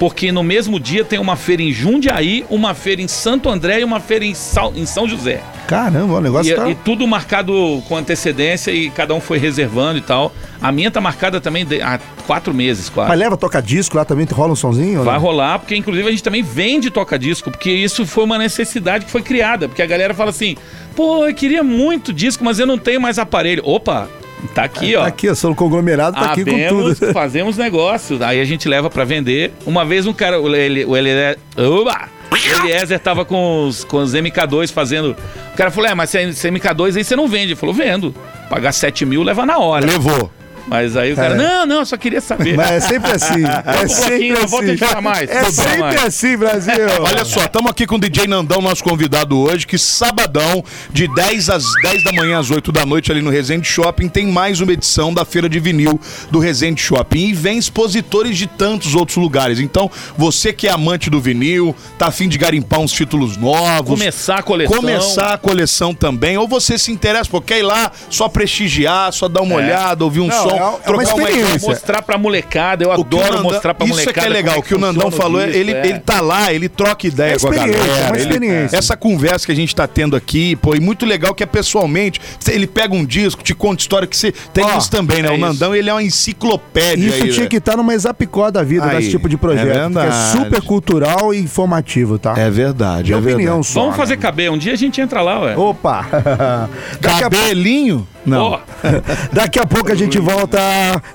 S5: porque no mesmo dia tem uma feira em Jundiaí, uma feira em Santo André e uma feira em, Sal- em São José.
S4: Caramba, o negócio
S5: E, é,
S4: tá...
S5: e tudo marcado com antecedência e cada um foi reservando e tal. A minha tá marcada também de- há quatro meses quase.
S4: Mas leva toca-disco lá também, rola um sonzinho? ou
S5: Vai
S4: não?
S5: rolar, porque inclusive a gente também vende toca-disco, porque isso foi uma necessidade que foi criada. Porque a galera fala assim: pô, eu queria muito disco, mas eu não tenho mais aparelho. Opa, tá aqui, ó.
S4: Tá aqui, ó, sou conglomerado,
S5: Ah,
S4: tá aqui com tudo.
S5: Abemos, fazemos negócio. Aí a gente leva pra vender. Uma vez um cara, o ele, o ele, Oba! O Eliezer tava com os, com os MK2 fazendo. O cara falou: É, mas esse MK2 aí você não vende. Ele falou: Vendo. Pagar 7 mil leva na hora.
S3: Levou.
S5: Mas aí o cara:
S4: É.
S5: Não, não, eu só queria saber.
S4: Mas é sempre assim. É
S5: Outro
S4: sempre
S5: bloquinho,
S4: assim.
S5: não vou ter que falar mais.
S4: É
S5: Vou falar
S4: sempre
S5: mais.
S4: assim, Brasil.
S3: Olha só, estamos aqui com o DJ Nandão, nosso convidado hoje, que sabadão, de 10 às 10 da manhã às 8 da noite, ali no Resende Shopping, tem mais uma edição da feira de vinil do Resende Shopping. E vem expositores de tantos outros lugares. Então, você que é amante do vinil, tá afim de garimpar uns títulos novos.
S5: Começar a coleção.
S3: Começar a coleção também, ou você se interessa, pô, quer ir lá só prestigiar, só dar uma olhada, ouvir um
S4: Não,
S3: som,
S4: é uma
S3: ideia.
S4: experiência. Isso é-
S5: mostrar pra molecada. Eu
S3: O que o
S5: adoro
S3: Nandão-
S5: mostrar pra
S3: Isso é
S5: molecada.
S3: que é legal,
S5: como
S3: o que o
S5: funciona
S3: Nandão falou,
S5: disco,
S3: ele,
S5: é.
S3: ele tá lá, ele troca ideia
S4: É
S3: com a
S4: experiência,
S3: galera.
S4: é uma
S3: ele-
S4: experiência.
S3: essa conversa que a gente tá tendo aqui, pô, e muito legal que é pessoalmente, cê- ele pega um disco, te conta história que você tem
S4: Ó,
S3: isso também, né?
S5: é
S3: o
S5: isso.
S3: Nandão, ele é uma enciclopédia
S4: Isso
S3: aí,
S4: tinha
S3: né?
S4: que estar numa Zapicó da vida,
S3: Aí,
S4: nesse tipo de projeto.
S3: é
S4: porque é
S3: verdade.
S4: super cultural e informativo, tá?
S3: É verdade, é
S4: Minha opinião
S3: verdade.
S4: só.
S5: Vamos
S4: né?
S5: fazer caber. Um dia a gente entra lá, ué.
S4: Opa! Daqui a,
S3: Cabelinho? Não.
S5: Ó,
S4: daqui a pouco a gente volta.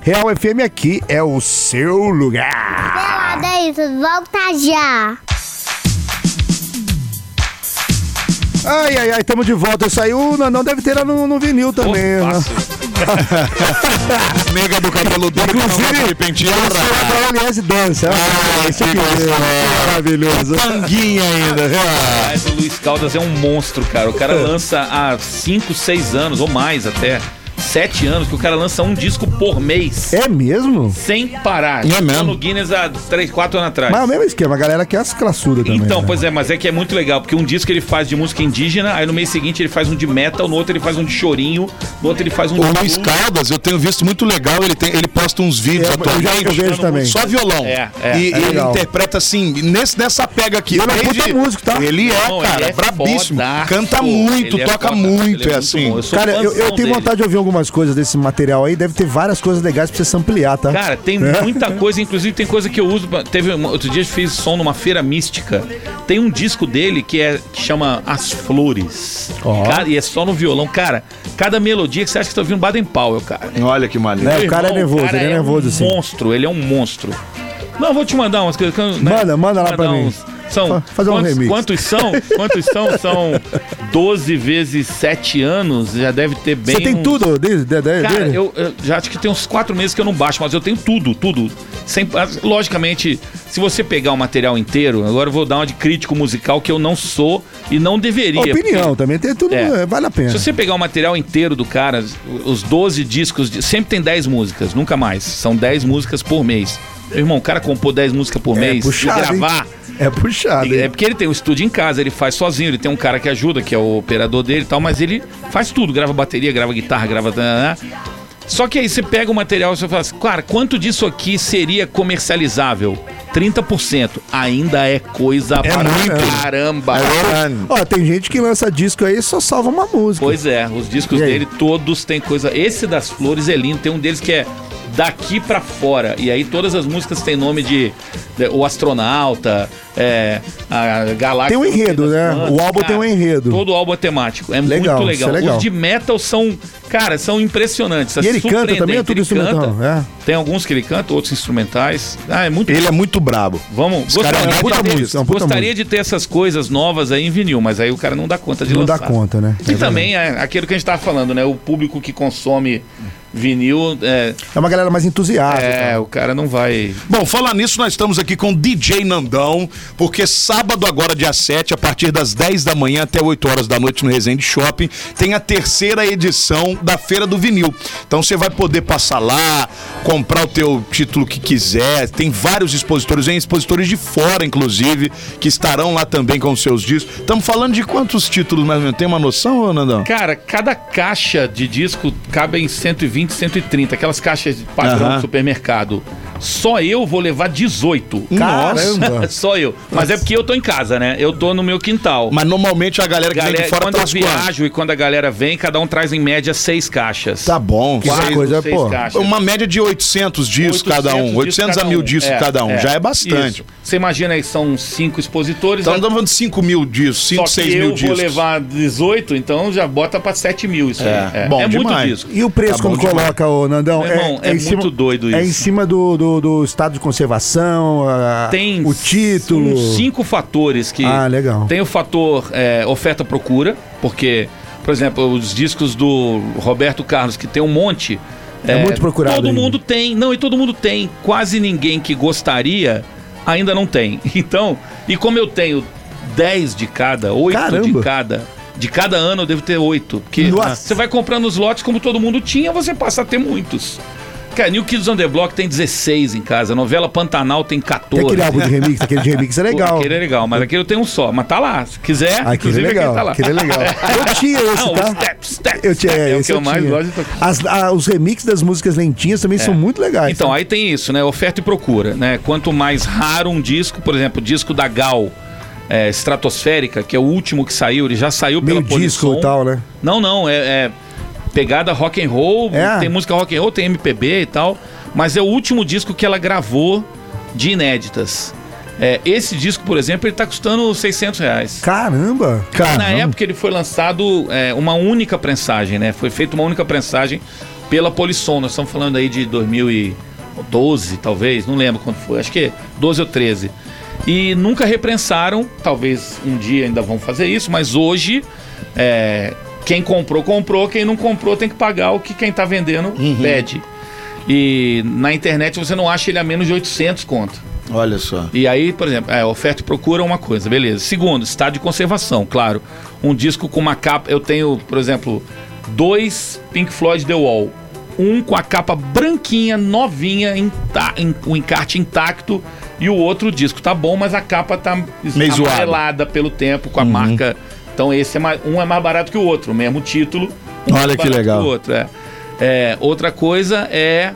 S4: Real FM aqui é o seu lugar.
S7: Peladeiros, volta já!
S4: Ai, ai, ai, tamo de volta. Isso aí o Nanão deve ter lá no, no vinil também. né?
S5: fácil.
S3: Nega do cabelo duro, que não
S4: Inclusive,
S3: gosta de pentear.
S4: Agora, aliás, dança. Ah, isso aqui é maravilhoso.
S3: Tanguinha ainda, viu?
S5: Mas o Luiz Caldas é um monstro, cara. O cara lança há 5, 6 anos, ou mais até, 7 anos, que o cara lança um disco por mês.
S4: É mesmo?
S5: Sem parar.
S3: É mesmo.
S5: Tô No Guinness há 3, 4 anos atrás.
S4: Mas é o mesmo esquema, a galera quer as classudas também.
S5: Então,
S4: né?
S5: pois é, mas é que é muito legal, porque um disco ele faz de música indígena, aí no mês seguinte ele faz um de metal, no outro ele faz um de chorinho, no outro ele faz um de
S3: O Luiz
S5: blues.
S3: Caldas, eu tenho visto muito legal, ele, tem, ele posta uns vídeos
S4: É, eu
S3: atualmente.
S4: já- eu vejo também.
S3: Só violão.
S5: Tá É, é,
S3: e
S5: é
S3: ele
S4: legal.
S3: interpreta assim, nesse, nessa pega aqui.
S4: Ele é
S3: Desde-
S4: puta músico, tá?
S3: Ele é,
S5: Não, ele
S3: cara,
S5: é
S3: brabíssimo.
S5: fodaço.
S3: Canta muito,
S5: Ele é
S3: toca
S5: foda,
S3: muito,
S5: ele
S3: é,
S5: muito
S3: assim.
S5: bom. Eu sou
S4: Cara, eu, eu
S5: fãzão
S4: tenho
S5: dele.
S4: vontade de ouvir algumas coisas desse material aí. Deve ter várias coisas legais pra você ampliar, tá?
S5: Cara, tem muita coisa, inclusive tem coisa que eu uso. pra- Teve um- outro dia eu fiz som numa feira mística. Tem um disco dele que é que chama As Flores. Cara, e é só no violão, cara. Cada melodia que você acha que tá ouvindo Baden Powell, cara.
S3: Olha que maneiro.
S4: Né, o
S5: Meu
S4: cara é
S5: irmão,
S4: nervoso,
S5: cara
S4: ele é nervoso, assim.
S5: um monstro, ele é um monstro. Não, eu vou te mandar umas coisas. que eu- né,
S4: Manda, manda lá pra mim.
S5: uns- São,
S4: Fa- fazer um
S5: quantos,
S4: remix.
S5: Quantos são? Quantos são? São 12 vezes 7 anos. Já deve ter bem.
S4: Você tem
S5: uns-
S4: tudo dele? de- de-
S5: Cara,
S4: É dele?
S5: eu, eu já acho que tem uns quatro meses que eu não baixo, mas eu tenho tudo, tudo. Sem, ah, logicamente, se você pegar o material inteiro, agora eu vou dar uma de crítico musical que eu não sou e não deveria.
S4: Opinião
S5: porque-
S4: também, tem tudo,
S5: É.
S4: é, vale a pena.
S5: Se você pegar o material inteiro do cara, os 12 discos, de- sempre tem 10 músicas, nunca mais. São 10 músicas por mês. Meu irmão, o cara compor 10 músicas por mês e
S4: É hein?
S5: gravar.
S4: É puxado.
S5: É
S4: hein?
S5: porque ele tem um estúdio em casa, ele faz sozinho, ele tem um cara que ajuda, que é o operador dele e tal, mas ele faz tudo, grava bateria, grava guitarra, grava. tananã. Só que aí você pega o material e você fala assim, cara, quanto disso aqui seria comercializável? 30%. Ainda é coisa é
S4: muito. É
S5: caramba.
S4: Ó, tem gente que lança disco aí e só salva uma música.
S5: Pois é, os discos
S4: E aí?
S5: dele todos têm coisa. Esse das flores é lindo, tem um deles que é daqui pra fora. E aí todas as músicas têm nome de, de- o astronauta, é, a
S4: Tem
S5: galáxia.
S4: um enredo, né? O álbum tem um enredo.
S5: Todo álbum é temático. É
S4: Legal,
S5: muito
S4: isso
S5: legal.
S4: é legal.
S5: Os de metal são, cara, são impressionantes. é
S4: E ele canta também, é
S5: surpreendente.
S4: tudo
S5: Ele
S4: instrumental.
S5: canta.
S4: É.
S5: Tem alguns que ele canta, outros instrumentais. Ah, é muito
S3: Ele é muito brabo.
S5: Vamos,
S3: Esse cara é
S5: gostaria,
S3: um
S5: de
S3: puta
S5: ter-
S3: músico,
S4: é um puta
S5: gostaria
S4: músico.
S5: de ter essas coisas novas aí em vinil, mas aí o cara não dá conta de
S4: Não
S5: lançar.
S4: dá conta, né? É
S5: E também é aquilo que a gente tava falando, né? O público que consome vinil, é,
S4: É uma galera mais entusiasta.
S5: é,
S4: tá?
S5: o cara não vai...
S3: Bom, falar nisso, nós estamos aqui com o DJ Nandão, porque sábado agora, dia 7, a partir das 10 da manhã até 8 horas da noite no Resende Shopping, tem a terceira edição da Feira do Vinil. Então você vai poder passar lá, comprar o teu título que quiser, tem vários expositores, tem expositores de fora, inclusive, que estarão lá também com os seus discos. Estamos falando de quantos títulos, mais ou menos? Tem uma noção, ô, Nandão?
S5: Cara, cada caixa de disco cabe em 120, 130, aquelas caixas de padrão
S3: Aham.
S5: do supermercado. Só eu vou levar 18.
S4: Caramba.
S5: Só eu. Mas é porque eu tô em casa, né? Eu tô no meu quintal.
S3: Mas normalmente a galera que vem
S5: Galera,
S3: de fora tá
S5: quando eu
S3: traz quantos?
S5: viajo e quando a galera vem, cada um traz em média seis caixas.
S3: Tá bom.
S4: Que
S3: seis-
S4: coisa,
S5: seis
S4: pô.
S5: caixas.
S3: Uma média de 800 discos cada um. 800 a 1000 discos cada um. Já é bastante.
S5: Isso. Você imagina aí, são cinco expositores.
S3: Então
S5: né?
S3: estamos falando de 5 mil discos, 5,
S5: só
S3: 6
S5: que eu
S3: mil
S5: vou
S3: discos.
S5: levar 18, então já bota pra 7 mil isso aí. É,
S3: bom
S5: é muito
S3: demais.
S5: disco.
S4: E o
S3: Tá
S4: preço
S3: bom
S4: quando
S3: demais.
S4: coloca, ô Nandão?
S5: Meu irmão, é
S4: em cima-
S5: muito doido
S4: É em
S5: isso.
S4: cima do, do, do estado de conservação, a-
S5: Tem
S4: o título.
S5: uns cinco fatores que.
S4: Ah, legal.
S5: Tem o fator é, oferta-procura, porque, por exemplo, os discos do Roberto Carlos, que tem um monte.
S4: É muito procurado
S5: Todo
S4: ainda.
S5: mundo tem, não, e todo mundo tem. Quase ninguém que gostaria ainda não tem. Então, e como eu tenho 10 de cada, 8 de
S4: Caramba.
S5: cada. De cada ano eu devo ter oito. Porque
S4: Nossa.
S5: você vai comprando os lotes como todo mundo tinha, você passa a ter muitos. Cara, New Kids on the Block tem 16 em casa. Novela Pantanal tem 14.
S4: Tem aquele álbum de remix, aquele de remix é legal.
S5: Aquele é legal, mas aquele eu tenho um só. Mas tá lá. Se quiser,
S4: Aquele é
S5: inclusive,
S4: legal,
S5: aquele tá lá.
S4: aquele é legal. Eu tinha esse,
S5: Não,
S4: tá?
S5: o Step, Step,
S4: Eu tinha,
S5: Step é o
S4: esse
S5: que eu mais
S4: tinha.
S5: gosto de tocar.
S4: As- ah, os remixes das músicas lentinhas também são muito legais.
S5: Então, aí tem isso, né? Oferta e procura, né? Quanto mais raro um disco, por exemplo, o disco da Gal é, Estratosférica, que é o último que saiu, ele já saiu
S4: tá? meio
S5: pela Polisson.
S4: disco e tal, né?
S5: Não, não, é, é pegada rock and roll,
S4: É.
S5: tem música rock and roll, tem MPB e tal, mas é o último disco que ela gravou de inéditas. É, esse disco, por exemplo, ele tá custando 600 reais.
S4: Caramba!
S5: Na época ele foi lançado é, uma única prensagem, né? Foi feita uma única prensagem pela Polisson. Nós estamos falando aí de 2012, talvez, não lembro quando foi, acho que 12 ou 13. E nunca reprensaram, talvez um dia ainda vão fazer isso, mas hoje é, quem comprou, comprou, quem não comprou tem que pagar o que quem tá vendendo pede. E na internet você não acha ele a menos de 800 conto.
S3: Olha só.
S5: E aí, por exemplo, é, oferta e procura é uma coisa, beleza. Segundo, estado de conservação, claro. Um disco com uma capa. Eu tenho, por exemplo, dois Pink Floyd The Wall. Um com a capa branquinha, novinha, inta- in- o encarte intacto. E o outro disco tá bom, mas a capa tá
S3: Meio zoada. Uhum.
S5: amarelada pelo tempo, com a marca. Então esse é mais, um é mais barato que o outro, mesmo título. Um
S3: Olha
S5: mais
S3: que
S5: barato
S3: legal.
S5: o outro, é. É, outra coisa é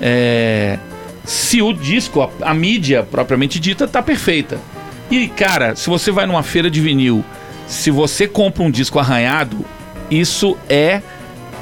S5: é, se o disco, a, a mídia propriamente dita, tá perfeita. E, cara, se você vai numa feira de vinil, se você compra um disco arranhado, isso é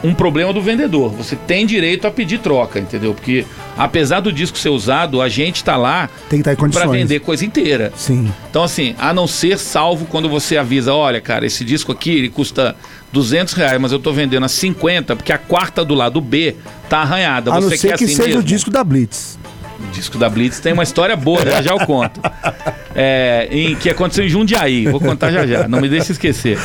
S5: um problema do vendedor. Você tem direito a pedir troca, entendeu? Porque, apesar do disco ser usado, a gente tá lá
S4: Tem que estar em
S5: pra
S4: condições.
S5: vender coisa inteira.
S4: Sim.
S5: Então, assim, a não ser salvo quando você avisa, olha, cara, esse disco aqui, ele custa 200 reais, mas eu tô vendendo a 50, porque a quarta do lado B tá arranhada.
S4: A não
S5: você
S4: ser
S5: quer
S4: que
S5: assim
S4: seja
S5: mesmo?
S4: o disco da Blitz.
S5: O disco da Blitz tem uma história boa, né? já, já eu conto. É, em que aconteceu em Jundiaí. Vou contar já já, não me deixe esquecer.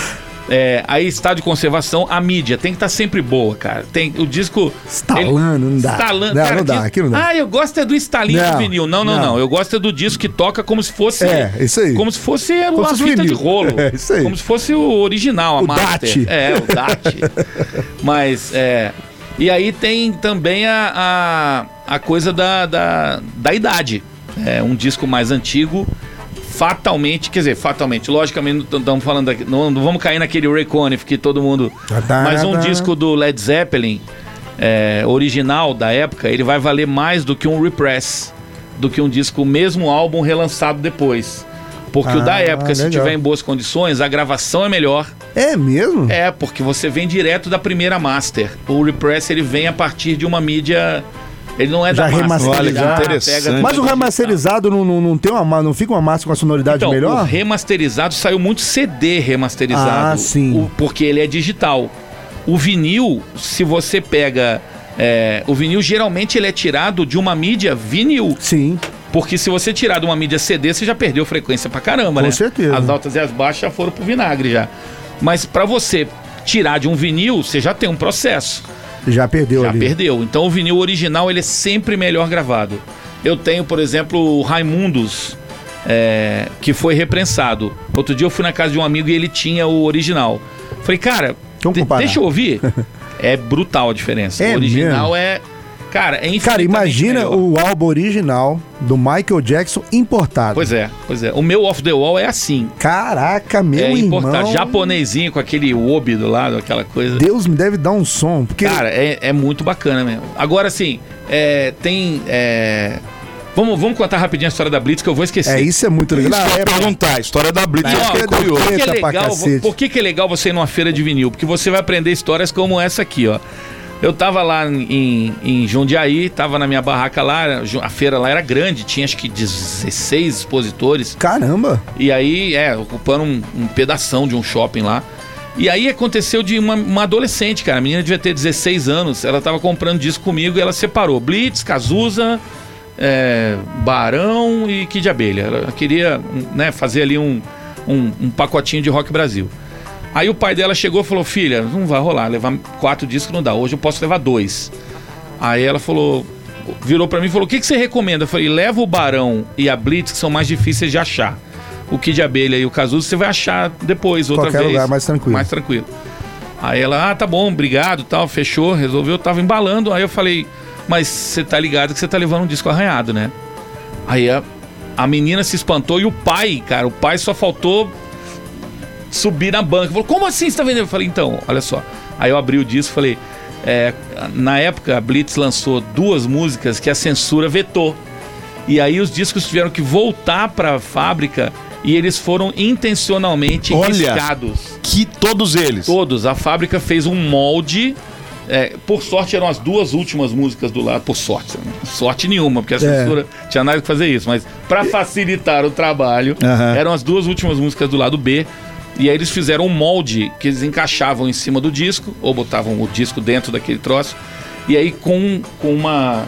S5: É, aí está de conservação, a mídia tem que estar sempre boa, cara. Tem o disco
S4: Estalando, não dá.
S5: Estalando,
S4: Não,
S5: cara,
S4: não dá,
S5: que-
S4: aquilo não dá.
S5: Ah, eu gosto é do estalinho
S4: Não,
S5: do vinil. Não, não,
S4: não.
S5: não, Eu gosto é do disco que toca como se fosse
S4: É, isso aí.
S5: Como se fosse
S4: Como se
S5: uma
S4: fosse
S5: fita de
S4: vinil.
S5: rolo.
S4: É, isso aí.
S5: Como se fosse o original, a
S4: O
S5: master.
S4: DAT.
S5: É, o DAT. Mas é, e aí tem também a, a, a coisa da, da, da idade. É um disco mais antigo, fatalmente, quer dizer, fatalmente, logicamente não estamos falando aqui, não, não vamos cair naquele Ray Conniff que todo mundo.
S4: Tá, tá,
S5: Mas um
S4: tá.
S5: disco do Led Zeppelin é, original da época, ele vai valer mais do que um repress, do que um disco, o mesmo álbum relançado depois. Porque o
S4: Ah,
S5: da época, se
S4: legal.
S5: tiver em boas condições, a gravação é melhor.
S4: É mesmo?
S5: É, porque você vem direto da primeira master. O Repress ele vem a partir de uma mídia. Ele não é
S4: Já
S5: da master.
S4: remasterizado.
S5: ele já
S3: Olha, que
S5: pega
S3: interessante.
S4: Mas o
S5: tudo
S4: remasterizado não, não, não tem uma, ma- não fica uma massa com a sonoridade
S5: é. então, O
S4: melhor?
S5: remasterizado saiu muito CD remasterizado.
S4: Ah, sim.
S5: o- porque ele é digital. O vinil, se você pega. é, o vinil geralmente ele é tirado de uma mídia vinil.
S4: Sim.
S5: Porque se você tirar de uma mídia CD, você já perdeu frequência pra caramba,
S4: Com
S5: né?
S4: certeza.
S5: As altas e as baixas já foram pro vinagre já. Mas pra você tirar de um vinil, você já tem um processo.
S4: Já perdeu
S5: Já
S4: ali.
S5: perdeu. Então o vinil original ele é sempre melhor gravado. Eu tenho, por exemplo, o Raimundos, é, que foi reprensado. Outro dia eu fui na casa de um amigo e ele tinha o original. Falei, cara,
S4: Vamos
S5: de-
S4: comparar.
S5: deixa eu ouvir. é brutal a diferença.
S4: É
S5: o original é. Cara, é
S4: Cara,
S5: infinitamente
S4: imagina
S5: melhor.
S4: o álbum original do Michael Jackson importado.
S5: Pois é, pois é. O meu Off the Wall é assim.
S4: Caraca, meu
S5: é importado.
S4: irmão.
S5: Japonesinho com aquele obi do lado, aquela coisa.
S4: Deus me deve dar um som, porque
S5: Cara, é, é muito bacana mesmo. Agora, assim, é, tem. é, Vamos, vamos contar rapidinho a história da Blitz, que eu vou esquecer.
S4: é isso é muito
S3: Isso
S4: legal. Na
S3: que eu ia
S4: época-
S3: perguntar. A história da Blitz
S5: Não,
S3: eu fiquei
S4: época do
S3: curioso.
S5: Por que,
S4: Eita,
S5: é
S4: pra
S5: legal, vo-
S4: cacete.
S5: por que que é legal você ir numa feira de vinil? Porque você vai aprender histórias como essa aqui, ó. Eu tava lá em, em Jundiaí, tava na minha barraca lá, ju- a feira lá era grande, tinha acho que 16 expositores.
S4: Caramba.
S5: E aí, é, ocupando um, um pedação de um shopping lá. E aí aconteceu de uma, uma adolescente, cara. A menina devia ter 16 anos. Ela tava comprando disco comigo e ela separou Blitz, Cazuza, é, Barão e Kid Abelha. Ela queria um, né, fazer ali um, um, um pacotinho de Rock Brasil. Aí o pai dela chegou e falou: Filha, não vai rolar, levar quatro discos não dá. Hoje eu posso levar dois. Aí ela falou, virou pra mim e falou: "O que que você recomenda?" Eu falei: "Leva o Barão e a Blitz, que são mais difíceis de achar. O Kid Abelha e o Cazuza você vai achar depois, outra
S4: Qualquer
S5: vez."
S4: lugar, mais tranquilo.
S5: Mais tranquilo. Aí ela: "Ah, tá bom, obrigado", tal, fechou, resolveu, tava embalando. Aí eu falei: "Mas você tá ligado que você tá levando um disco arranhado, né?" Aí a, a menina se espantou e o pai, cara, o pai só faltou subir na banca. Falou, como assim você tá vendendo? Eu falei, então, olha só. Aí eu abri o disco e falei, é, na época a Blitz lançou duas músicas que a censura vetou. E aí os discos tiveram que voltar pra fábrica e eles foram intencionalmente
S3: Olha.
S5: riscados.
S3: Que todos eles.
S5: Todos. A fábrica fez um molde. é, por sorte eram as duas últimas músicas do lado. Por sorte. né? Sorte
S4: É.
S5: nenhuma, porque a censura tinha nada que fazer isso. Mas pra facilitar o trabalho,
S3: Aham.
S5: eram as duas últimas músicas do lado B. E aí eles fizeram um molde que eles encaixavam em cima do disco, ou botavam o disco dentro daquele troço. E aí com, com uma.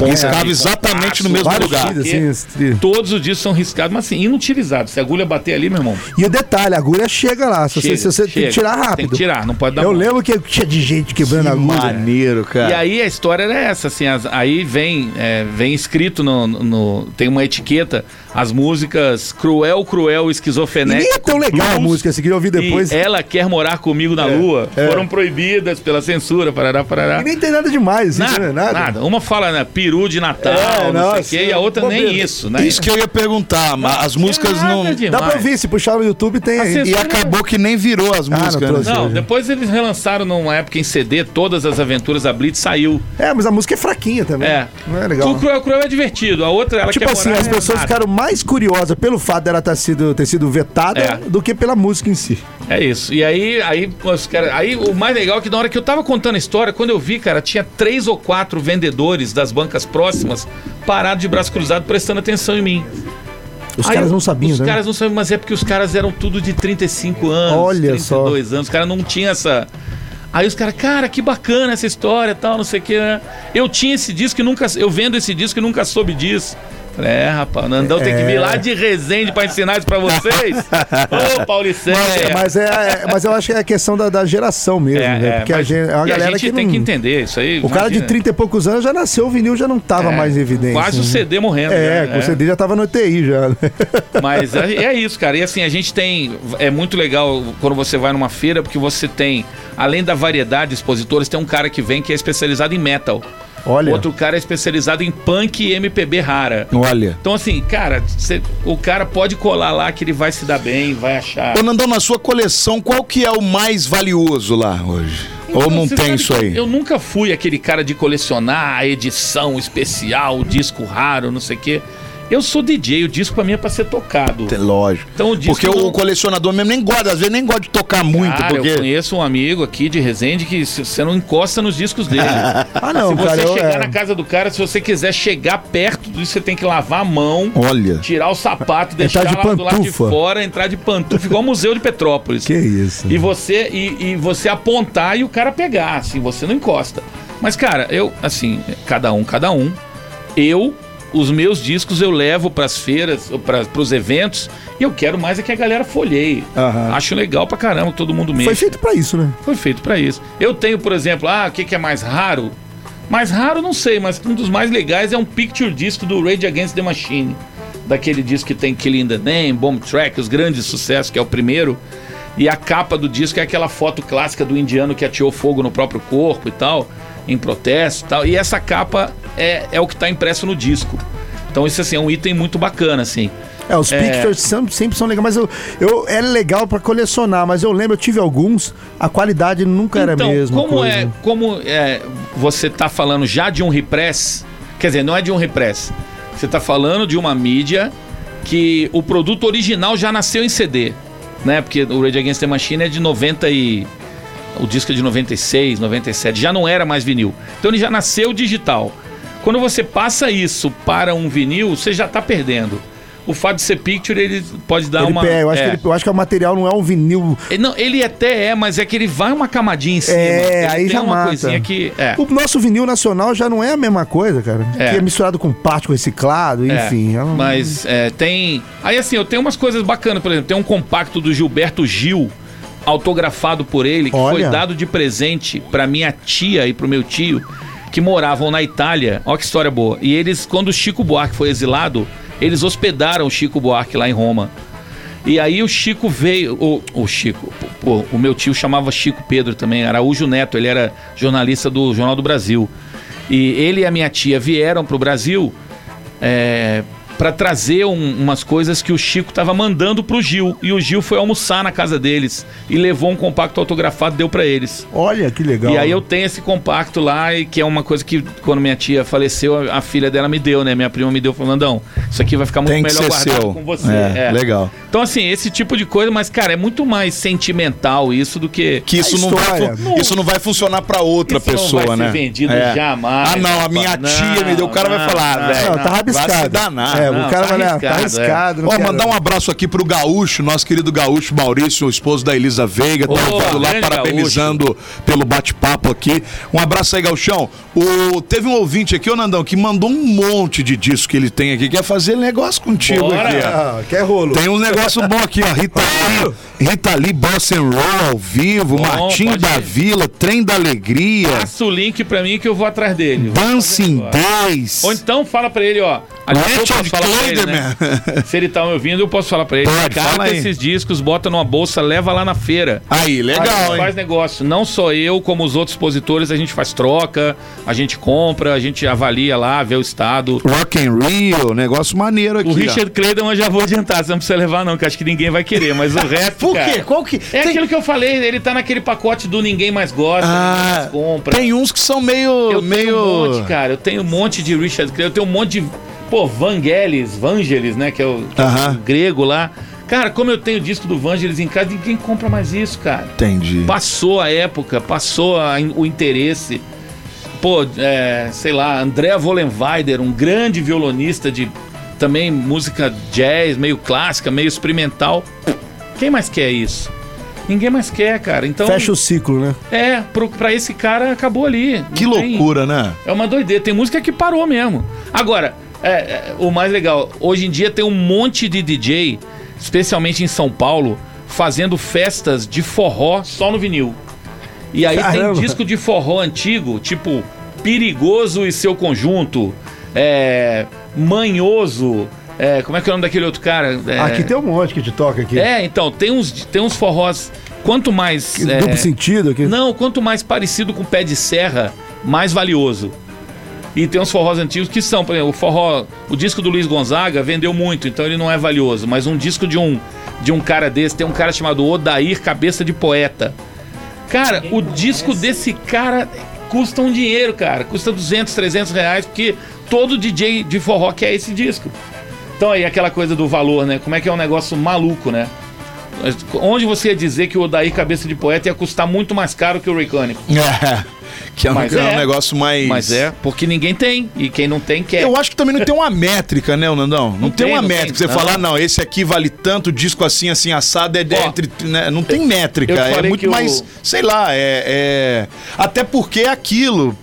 S5: Um
S3: Riscava exatamente no mesmo
S5: vários
S3: lugar.
S5: fios,
S4: Assim,
S5: assim,
S4: esse trio.
S5: Todos os discos são riscados, mas assim, inutilizados. Se a agulha bater ali, meu irmão,
S4: E o detalhe, a agulha chega lá. Se você,
S5: Chega,
S4: se você tem
S5: chega.
S4: que tirar rápido.
S5: Tem que tirar, não pode dar
S4: Eu
S5: mole.
S4: lembro que tinha de gente quebrando a agulha.
S5: né?
S6: Maneiro,
S5: E
S4: É.
S6: cara.
S5: aí a história era essa, assim, as- aí vem, é, vem escrito no, no- Tem uma etiqueta, as músicas Cruel,
S4: E
S5: Cruel,
S4: nem é
S5: Esquizofrenético.
S4: tão legal a
S5: Blues
S4: música, assim, que eu ouvi depois.
S5: E ela quer morar comigo na lua. Foram proibidas pela censura, parará, parará.
S4: E nem tem nada demais, isso não
S5: Nada,
S4: é nada.
S5: nada. Uma fala né, peru de Natal,
S4: É,
S5: não
S4: nossa,
S5: sei o quê, e a outra nem
S4: bobeira.
S5: isso, né?
S3: É Isso que eu ia perguntar, mas as músicas
S5: Nada
S3: não.
S5: demais.
S4: Dá pra ouvir, se puxar no YouTube tem aí.
S5: Acessou-
S3: E acabou que nem virou as
S4: não
S3: músicas.
S4: trouxe.
S3: né?
S5: Não, depois eles relançaram numa época em CD, todas as aventuras da Blitz saiu.
S4: É, mas a música é fraquinha também.
S5: É.
S4: Não é
S5: O
S4: legal.
S5: Cruel Cruel é divertido, a outra ela
S4: Tipo
S5: quer
S4: assim,
S5: morar
S4: as
S5: é
S4: pessoas
S5: nada.
S4: ficaram mais curiosas pelo fato dela ter sido, ter sido vetada
S5: É.
S4: do que pela música em si.
S5: É isso. E aí, aí, os cara, aí o mais legal é que na hora que eu tava contando a história, quando eu vi, cara, tinha três ou quatro vendedores das bancas próximas parados de braço cruzado prestando atenção em mim.
S4: Os
S5: Aí
S4: caras
S5: eu-
S4: não sabiam,
S5: Os
S4: né?
S5: caras não sabiam, mas é porque os caras eram tudo de 35 anos,
S4: Olha só.
S5: 32 anos. Os caras não tinham essa. Aí os caras, cara, que bacana essa história e tal, não sei o que. né? Eu tinha esse disco e nunca. Eu vendo esse disco e nunca soube disso. Falei, É, rapaz, o Nandão tem que vir lá de Resende pra ensinar isso pra vocês. Ô, Paulicéia.
S4: Mas, é, é- mas eu acho que é questão da, da geração mesmo,
S5: É,
S4: né?
S5: é,
S4: Porque a
S5: mas-
S4: gente, é uma
S5: e a
S4: galera
S5: gente
S4: que
S5: tem
S4: não-
S5: que entender isso aí.
S4: O cara de
S5: imagina. É,
S4: 30 e poucos anos já nasceu, o vinil já não tava mais em evidência.
S5: Quase o
S4: né?
S5: CD morrendo.
S4: É,
S5: já,
S4: com o CD já tava no TI já. né?
S5: Mas é, é isso, cara. E assim, a gente tem. É muito legal quando você vai numa feira, porque você tem, além da variedade de expositores, tem um cara que vem que é especializado em metal.
S4: Olha.
S5: Outro cara é especializado em punk e MPB rara.
S3: Olha.
S5: Então, assim, cara, você- o cara pode colar lá que ele vai se dar bem, vai achar.
S3: Ô, Nandão, na sua coleção, qual que é o mais valioso lá hoje? Ou não
S5: Então, Você
S3: tem
S5: sabe
S3: isso
S5: que
S3: aí?
S5: Eu nunca fui aquele cara de colecionar a edição especial, o disco raro, não sei o quê. Eu sou DJ, o disco pra mim é pra ser tocado.
S3: Lógico.
S5: Então, o disco
S3: porque o
S5: não-
S3: colecionador mesmo nem gosta, às vezes nem gosta de tocar muito,
S5: Cara, eu
S3: porque.
S5: conheço um amigo aqui de Resende que se- você não encosta nos discos dele.
S4: Ah, não,
S5: se você
S4: cara, eu-
S5: chegar
S4: é.
S5: na casa do cara, se você quiser chegar perto disso, você tem que lavar a mão,
S3: Olha.
S5: tirar o sapato, deixar
S4: Entrar de
S5: lá do lado de
S4: pantufa.
S5: fora, entrar de pantufa, igual o Museu de Petrópolis.
S4: Que isso.
S5: E você, e, e você apontar e o cara pegar, assim, você não encosta. Mas, cara, eu, assim, cada um, cada um. Eu, os meus discos eu levo pras feiras, para pros eventos, e eu quero mais é que a galera folheie.
S4: Aham.
S5: Acho legal pra caramba, que todo mundo mexe.
S4: Foi feito pra isso, né?
S5: Foi feito pra isso. Eu tenho, por exemplo, ah, o que, que é mais raro? Mais raro, não sei, mas um dos mais legais é um picture disco do Rage Against the Machine. Daquele disco que tem Killing the Name, Bomb Track, os grandes sucessos, que é o primeiro. E a capa do disco é aquela foto clássica do indiano que ateou fogo no próprio corpo e tal, em protesto e tal. E essa capa é, é o que tá impresso no disco. Então isso assim, é um item muito bacana, assim.
S4: É, os pictures são- sempre são legais, mas eu, eu é legal pra colecionar, mas eu lembro, eu tive alguns, a qualidade nunca era a mesma
S5: como
S4: coisa.
S5: é, como é, você tá falando já de um repress, quer dizer, não é de um repress. Você tá falando de uma mídia que o produto original já nasceu em CD, né? Porque o Rage Against the Machine é de 90 e o disco é de 96, 97, já não era mais vinil. Então ele já nasceu digital. Quando você passa isso para um vinil, você já tá perdendo. O fato de ser picture, ele pode dar
S4: Ele
S5: uma.
S4: pe- eu, acho
S5: é.
S4: que ele- eu acho que o material não é um vinil.
S5: Ele- Não, ele até é, mas é que ele vai uma camadinha em cima.
S4: É,
S5: Ele
S4: aí
S5: tem
S4: já
S5: uma
S4: mata.
S5: coisinha que. É.
S4: O nosso vinil nacional já não é a mesma coisa, cara.
S5: É.
S4: Que é misturado com plástico reciclado,
S5: é.
S4: enfim. é um-
S5: Mas é, tem. Aí assim, eu tenho umas coisas bacanas, por exemplo, tem um compacto do Gilberto Gil, autografado por ele, que
S4: Olha.
S5: foi dado de presente pra minha tia e pro meu tio, que moravam na Itália. Olha que história boa. E eles, quando o Chico Buarque foi exilado, eles hospedaram o Chico Buarque lá em Roma. E aí o Chico veio, o, o Chico, pô, o meu tio chamava Chico Pedro também, Araújo Neto, ele era jornalista do Jornal do Brasil. E ele e a minha tia vieram pro Brasil é, para trazer um- umas coisas que o Chico tava mandando pro Gil. E o Gil foi almoçar na casa deles e levou um compacto autografado, deu para eles.
S4: Olha que legal.
S5: E aí eu tenho esse compacto lá, e que é uma coisa que quando minha tia faleceu, a, a filha dela me deu, né? Minha prima me deu, falando, Nandão, isso aqui vai ficar muito
S3: Tem que
S5: melhor
S3: ser
S5: guardado
S3: seu.
S5: com você.
S3: É, legal.
S5: Então, assim, esse tipo de coisa, mas, cara, é muito mais sentimental isso do que...
S3: Que isso,
S4: A
S3: não vai,
S4: É história.
S3: fu- isso não vai funcionar pra outra
S5: Isso não
S3: pessoa,
S5: vai ser
S3: né?
S5: vendido jamais,
S3: Ah, não, a minha
S5: rapaz.
S3: tia me deu. O cara vai
S5: Não,
S3: falar,
S5: não,
S3: ah, velho.
S4: Não, tá
S3: Vai se
S4: rabiscado.
S3: danar.
S4: É,
S5: Não,
S4: o cara
S5: tá
S4: vai lá, tá
S5: arriscado, é.
S4: arriscado. não
S3: Ó,
S4: quero-
S3: mandar um abraço aqui pro Gaúcho, nosso querido Gaúcho Maurício, o esposo da Elisa Veiga, tá
S5: Ô,
S3: ouvindo lá,
S5: grande
S3: parabenizando pelo bate-papo aqui. Um abraço aí, Gauchão. O, teve um ouvinte aqui, ô Nandão, que mandou um monte de disco que ele tem aqui, quer fazer negócio contigo
S5: Bora.
S3: aqui, ó.
S4: Ah, quer rolo.
S5: Então-
S3: Tem um negócio bom aqui, ó. Rita Lee, Rita Lee Bossa and Roll ao vivo,
S5: Bom,
S3: Martim
S5: pode
S3: da
S5: ir.
S3: Vila, Trem da Alegria,
S5: Passa o link pra mim que eu vou atrás dele. Vou fazer
S3: Dancing
S5: agora.
S3: 10.
S5: Ou então fala pra ele, ó. Aliás, eu posso
S3: Richard
S5: falar pra ele, né?
S3: Clayderman.
S5: Se ele tá me ouvindo, eu posso falar pra ele.
S3: Pode, fala
S5: Cata
S3: aí.
S5: esses discos, bota numa bolsa, leva lá na feira.
S3: Aí, legal,
S5: faz,
S3: hein?
S5: faz negócio. Não só eu, como os outros expositores, a gente faz troca, a gente compra, a gente avalia lá, vê o estado.
S3: Rock and Rio, negócio maneiro aqui.
S5: O
S3: ó.
S5: Richard Clayton eu já vou adiantar, você não precisa levar não, que acho que ninguém vai querer, mas o resto,
S3: Por
S5: cara,
S3: quê? Qual que.
S5: É aquilo que eu falei, ele tá naquele pacote do ninguém mais gosta, ninguém
S3: Ah,
S5: mais compra.
S3: tem uns que são meio.
S5: eu
S3: meio...
S5: tenho um monte, cara. Eu tenho um monte de Richard Clayton, eu tenho um monte de. Pô, Vangelis, Vangelis, né? Que é o, que é o
S3: Aham.
S5: grego lá. Cara, como eu tenho disco do Vangelis em casa, ninguém compra mais isso, cara.
S3: Entendi.
S5: Passou a época, passou a- o interesse. Pô, é, sei lá, André Vollenweider, um grande violonista de também música jazz, meio clássica, meio experimental. Quem mais quer isso? Ninguém mais quer, cara. Então,
S4: Fecha o ciclo, né?
S5: é, pro, pra esse cara acabou ali.
S3: Que
S5: Não tem-
S3: loucura, né?
S5: É uma doideira. Tem música que parou mesmo. Agora, é, é, o mais legal, hoje em dia tem um monte de DJ, especialmente em São Paulo, fazendo festas de forró só no vinil. E aí
S4: Caramba.
S5: tem disco de forró antigo, tipo Perigoso e seu conjunto, é, Manhoso, é, como é que é o nome daquele outro cara? É,
S4: Aqui tem um monte que te toca aqui.
S5: é, então, tem uns, tem uns forrós. Quanto mais.
S4: Que
S5: é,
S4: Duplo sentido aqui.
S5: não, quanto mais parecido com pé de serra, mais valioso. E tem uns forrós antigos que são, por exemplo, o forró, o disco do Luiz Gonzaga vendeu muito, então ele não é valioso, mas um disco de um de um cara desse, tem um cara chamado Odair Cabeça de Poeta. Cara, o disco desse cara custa um dinheiro, cara, custa 200, 300 reais, porque todo DJ de forró quer esse disco. Então aí aquela coisa do valor, né? Como é que é um negócio maluco, né? Onde você ia dizer que o Odair Cabeça de Poeta ia custar muito mais caro que o Recânico?
S3: É, que é um,
S5: Mas
S3: é um
S5: é.
S3: negócio mais.
S5: Mas é, porque ninguém tem. E quem não tem, quer.
S3: Eu acho que também não tem uma métrica, né, Nandão? Não, tem,
S5: tem,
S3: uma
S5: não tem.
S3: métrica. Você
S5: Não.
S3: falar, não, esse aqui vale tanto, disco assim, assim, assado, é, é entre- né? não tem métrica.
S5: eu
S3: É
S5: falei
S3: muito
S5: que o-
S3: mais, sei lá, é, é- Até porque é aquilo.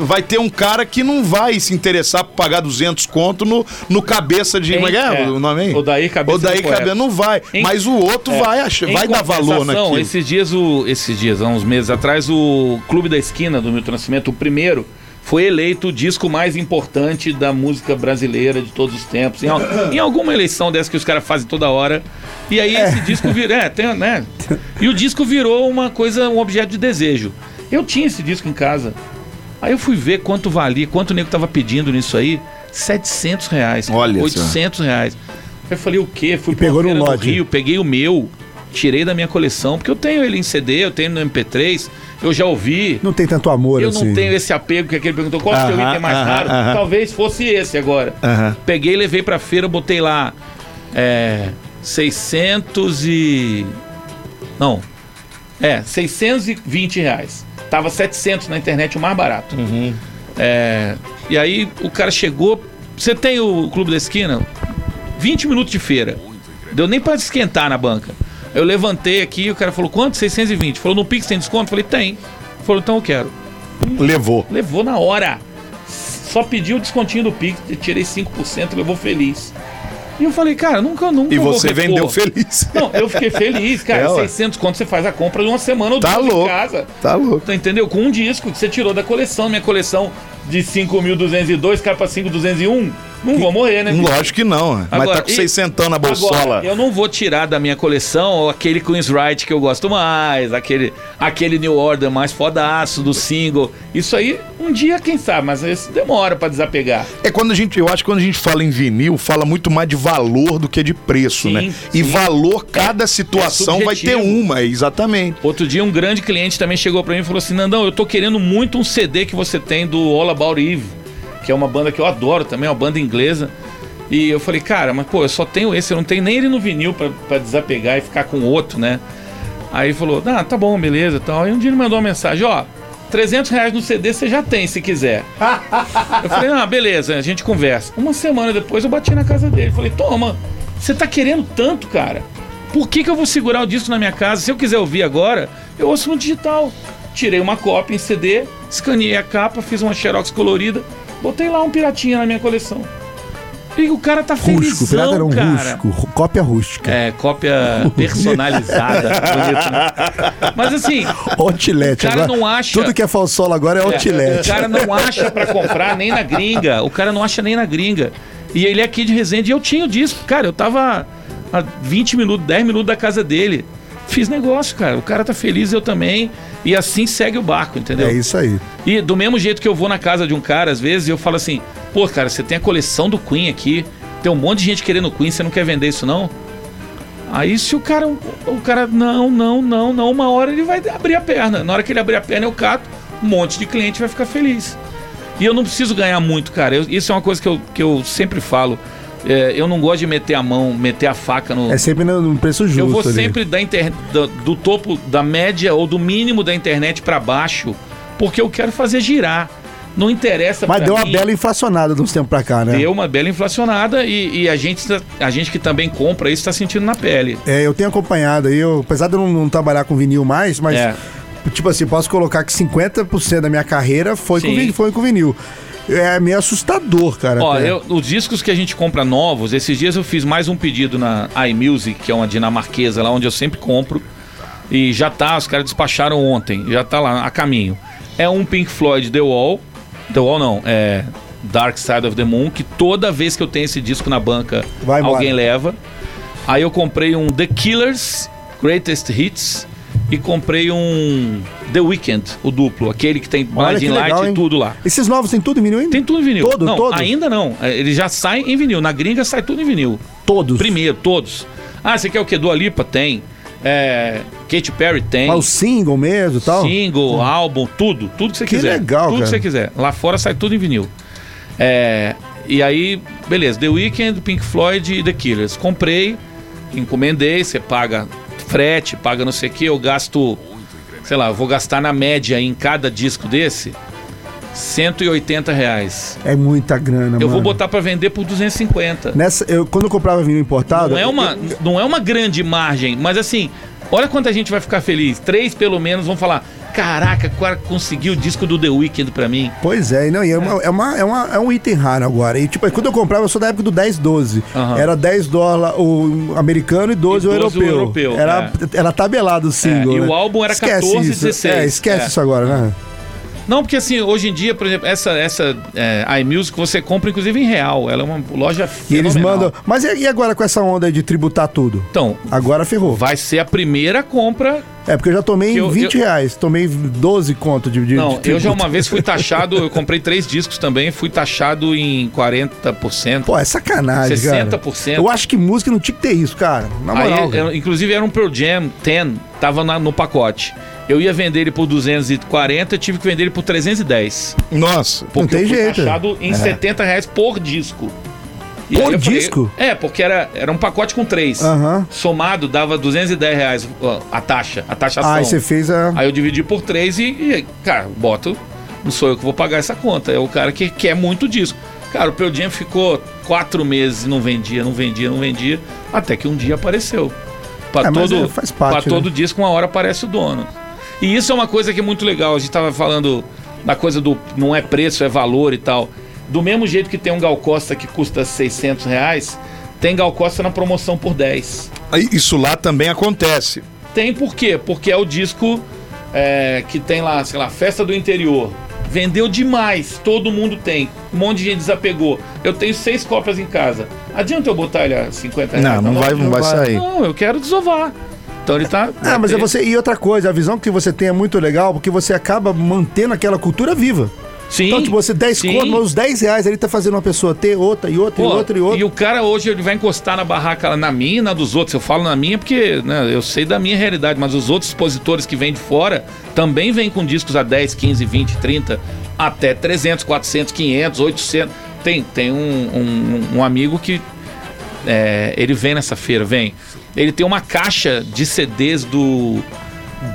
S3: Vai ter um cara que não vai se interessar por pagar 200 conto no, no cabeça de...
S5: Em-
S3: Como é que é,
S5: é.
S3: o nome aí?
S5: Odair Cabeça
S3: Odair
S5: de Poeta.
S3: Cabeça, não vai.
S5: Em-
S3: Mas o outro
S5: É.
S3: vai, achar,
S5: Em
S3: vai dar valor
S5: compensação,
S3: naquilo.
S5: Esses dias, o, esses dias, há uns meses atrás, o Clube da Esquina do Milton Nascimento, o primeiro, foi eleito o disco mais importante da música brasileira de todos os tempos. Em, al- em alguma eleição dessa que os caras fazem toda hora. E aí esse disco virou. É, tem, né? E o disco virou uma coisa, um objeto de desejo. Eu tinha esse disco em casa. Aí eu fui ver quanto valia, quanto o nego tava pedindo nisso aí. 700 reais. cara.
S3: Olha só.
S5: 800 reais. Eu falei, o quê? Fui
S4: E pegou
S5: pra
S4: num
S5: Feira do
S4: lote.
S5: Rio, peguei o meu, tirei da minha coleção, porque eu tenho ele em CD, eu tenho no MP3, eu já ouvi.
S4: Não tem tanto amor
S5: eu
S4: assim.
S5: não tenho esse apego que aquele perguntou qual o seu
S3: Aham,
S5: item mais
S3: aham,
S5: raro.
S3: aham.
S5: Talvez fosse esse agora.
S3: Aham.
S5: Peguei, levei pra feira, botei lá é, 600 e... Não. É, 620 reais. Tava 700 na internet, o mais barato.
S3: Uhum.
S5: É, e aí o cara chegou. Você tem o Clube da Esquina? 20 minutos de feira. Deu nem pra esquentar na banca. Eu levantei aqui o cara falou: quanto? 620. Falou: no Pix tem desconto? Falei: tem. Falou: então eu quero.
S3: Levou.
S5: Levou na hora. Só pediu o descontinho do Pix, tirei 5%, levou feliz. E eu falei: cara, nunca, nunca.
S3: E
S5: vou
S3: você
S5: repor.
S3: vendeu feliz.
S5: Não, eu fiquei feliz, cara.
S3: É, ué.
S5: 600 conto você faz a compra de uma semana ou
S3: Tá
S5: duas
S3: louco.
S5: em casa.
S3: Tá louco.
S5: Tá, entendeu? Com um disco que você tirou da coleção, minha coleção de 5.202, cai pra 5.201, não vou morrer, né? bicho?
S3: Lógico que não. mas
S5: Agora,
S3: tá com
S5: e-
S3: 600 na bolsola.
S5: Agora, eu não vou tirar da minha coleção aquele Queen's Right que eu gosto mais, aquele, aquele New Order mais fodaço do single. Isso aí, um dia, quem sabe, mas esse demora pra desapegar.
S3: É quando a gente, eu acho que quando a gente fala em vinil, fala muito mais de valor do que de preço,
S5: Sim,
S3: né? E
S5: sim. É,
S3: valor, cada situação vai ter
S5: subjetivo.
S3: uma, exatamente.
S5: Outro dia, um grande cliente também chegou pra mim e falou assim: Nandão, eu tô querendo muito um CD que você tem do All About Eve, que é uma banda que eu adoro também, é uma banda inglesa. E eu falei, cara, mas pô, eu só tenho esse, eu não tenho nem ele no vinil pra, pra desapegar e ficar com outro, né? Aí ele falou, ah, tá bom, beleza e tal. Aí um dia ele mandou uma mensagem, ó, 300 reais no CD você já tem, se quiser. Eu falei, ah, beleza, a gente conversa. Uma semana depois eu bati na casa dele. Falei, toma, você tá querendo tanto, cara? Por que, que eu vou segurar o disco na minha casa? Se eu quiser ouvir agora, eu ouço no digital. Tirei uma cópia em CD, escaneei a capa, fiz uma xerox colorida, botei lá um piratinha na minha coleção. E o cara tá
S4: Rústico, o
S5: felizão,
S4: pirata era um
S5: cara.
S4: rústico, rú- cópia rústica.
S5: É, cópia personalizada. bonito, né? Mas assim,
S4: Outlet,
S5: O cara
S4: agora,
S5: não acha-
S4: Tudo que é falsola agora é
S5: é, o
S4: outlet.
S5: cara não acha pra comprar nem na gringa. O cara não acha nem na gringa. E ele é aqui de Resende e eu tinha o disco. Cara, eu tava a 20 minutos, 10 minutos da casa dele. Fiz negócio, cara. O cara tá feliz, eu também. E assim segue o barco, entendeu?
S4: É isso aí.
S5: E do mesmo jeito que eu vou na casa de um cara, às vezes, e eu falo assim, pô, cara, você tem a coleção do Queen aqui, tem um monte de gente querendo Queen, você não quer vender isso não? Aí se o cara, o cara, não, não, não, não, uma hora ele vai abrir a perna. Na hora que ele abrir a perna, eu cato, um monte de cliente vai ficar feliz. E eu não preciso ganhar muito, cara. Eu- isso é uma coisa que eu, que eu sempre falo. É, eu não gosto de meter a mão, meter a faca no,
S4: É sempre no no preço justo.
S5: eu vou
S4: ali.
S5: sempre da inter- do, do topo da média ou do mínimo da internet pra baixo, porque eu quero fazer girar. Não interessa
S4: Mas
S5: pra
S4: deu uma
S5: mim.
S4: bela inflacionada de uns tempos pra cá, né?
S5: Deu uma bela inflacionada e, e a, gente, tá- a gente que também compra isso tá sentindo na pele.
S4: É, eu tenho acompanhado aí, eu- apesar de eu não, não trabalhar com vinil mais, mas.
S5: É.
S4: Tipo assim, posso colocar que 50% da minha carreira foi, com,
S5: Sim.
S4: vi- foi com vinil. é meio assustador, cara.
S5: Ó,
S4: até.
S5: eu- os discos que a gente compra novos, esses dias eu fiz mais um pedido na iMusic, que é uma dinamarquesa lá onde eu sempre compro. E já tá, os caras despacharam ontem, já tá lá a caminho. É um Pink Floyd The Wall. The Wall não, é Dark Side of the Moon, que toda vez que eu tenho esse disco na banca,
S4: Vai embora.
S5: alguém leva. Aí eu comprei um The Killers Greatest Hits e comprei um The Weeknd, o duplo, aquele que tem
S4: Olha
S5: Blinding
S4: que legal,
S5: Light
S4: hein?
S5: e tudo lá.
S4: Esses novos tem tudo em vinil ainda?
S5: Tem tudo em vinil.
S4: Todo,
S5: não,
S4: todo?
S5: ainda não. É, Ele já sai em vinil. Na gringa sai tudo em vinil.
S4: Todos.
S5: Primeiro, todos. Ah, você quer o quê? Dua Lipa? Tem. É, Katy Perry? Tem.
S4: Mas o single mesmo e tal?
S5: Single, álbum, tudo. Tudo que você
S4: Que
S5: quiser.
S4: legal,
S5: Tudo
S4: cara.
S5: que você quiser. Lá fora sai tudo em vinil. É, e aí, beleza. The Weeknd, Pink Floyd e The Killers. Comprei, encomendei. Você paga frete, paga não sei o quê. Eu gasto, sei lá, eu vou gastar na média em cada disco desse... 180 reais.
S4: É muita grana,
S5: Eu
S4: mano.
S5: vou botar pra vender por 250.
S4: Nessa, eu, quando eu comprava vinil importado.
S5: Não é, uma, não é uma grande margem, mas assim, olha quanta gente vai ficar feliz. Três, pelo menos, vão falar: caraca, o cara conseguiu o disco do The Weeknd pra mim.
S4: Pois é, e não, e é, uma- é uma- é uma- é um item raro agora. E tipo, quando eu comprava, eu sou da época do 10, 12.
S5: Aham.
S4: Era 10 dólares o americano e 12,
S5: E
S4: o
S5: 12 o
S4: europeu.
S5: europeu, é.
S4: era, era tabelado o single.
S5: e
S4: né?
S5: o álbum era
S4: Esquece
S5: 14,
S4: isso.
S5: 16.
S4: É, esquece
S5: É.
S4: isso agora, né?
S5: Não, porque assim, hoje em dia, por exemplo, essa, essa é, iMusic você compra inclusive em real. Ela é uma loja
S4: E eles
S5: fenomenal.
S4: mandam. Mas e e agora com essa onda aí de tributar tudo?
S5: Então,
S4: Agora ferrou.
S5: vai ser a primeira compra
S4: É porque eu já tomei
S5: Que eu-
S4: 20
S5: eu-
S4: reais, tomei 12 conto de, de
S5: Não,
S4: de
S5: eu já
S4: tributo.
S5: uma vez fui taxado, eu comprei três discos também, fui taxado em 40%.
S4: Pô, é sacanagem, cara.
S5: 60%.
S4: Eu acho que música não tinha que ter isso, cara. Na
S5: Aí,
S4: moral. cara.
S5: eu- inclusive era um Pearl Jam 10, tava na- no pacote. Eu ia vender ele por 240, eu tive que vender ele por 310.
S3: Nossa.
S4: Não tem
S5: eu fui
S4: jeito. É.
S5: taxado em 70 reais por disco. E
S4: Por
S5: aí eu falei-
S4: disco?
S5: é, porque era, era um pacote com três.
S4: Aham.
S5: Somado dava 210 reais ó, a taxa, a taxação.
S4: Ah, aí você fez a.
S5: Aí eu dividi por três e, e, cara, boto. Não sou eu que vou pagar essa conta. É o cara que quer muito disco. Cara, o Pearl Jam ficou quatro meses, não vendia, não vendia, não vendia. Até que um dia apareceu. Pra
S4: É, mas
S5: todo,
S4: é, faz parte,
S5: pra
S4: né?
S5: todo disco, uma hora aparece o dono. E isso é uma coisa que é muito legal. A gente tava falando da coisa do não é preço, é valor e tal. Do mesmo jeito que tem um Gal Costa que custa 600 reais, tem Gal Costa na promoção por 10.
S3: Aí, Isso lá também acontece.
S5: Tem por quê? Porque é o disco é, que tem lá, sei lá, Festa do Interior. Vendeu demais, todo mundo tem. Um monte de gente desapegou. Eu tenho seis cópias em casa. Adianta eu botar ele a 50 reais?
S3: Não, não
S5: na
S3: vai, não vai
S4: vai.
S3: sair.
S5: Não, eu quero desovar. Então ele tá.
S4: Ah,
S5: vai
S4: mas é
S5: ter-
S4: você. E outra coisa, a visão que você tem é muito legal, porque você acaba mantendo aquela cultura viva.
S5: Sim.
S4: então, tipo, você 10
S5: sim.
S4: conto, mas os 10 reais ali tá fazendo uma pessoa ter outra e outra
S5: Pô,
S4: e outra e outra.
S5: o cara hoje ele vai encostar na barraca lá, na minha e na dos outros. Eu falo na minha porque né, eu sei da minha realidade, mas os outros expositores que vêm de fora também vêm com discos a 10, 15, 20, 30, até 300, 400, 500, 800. Tem, tem um, um- um amigo que é, ele vem nessa feira, vem. Ele tem uma caixa de CDs do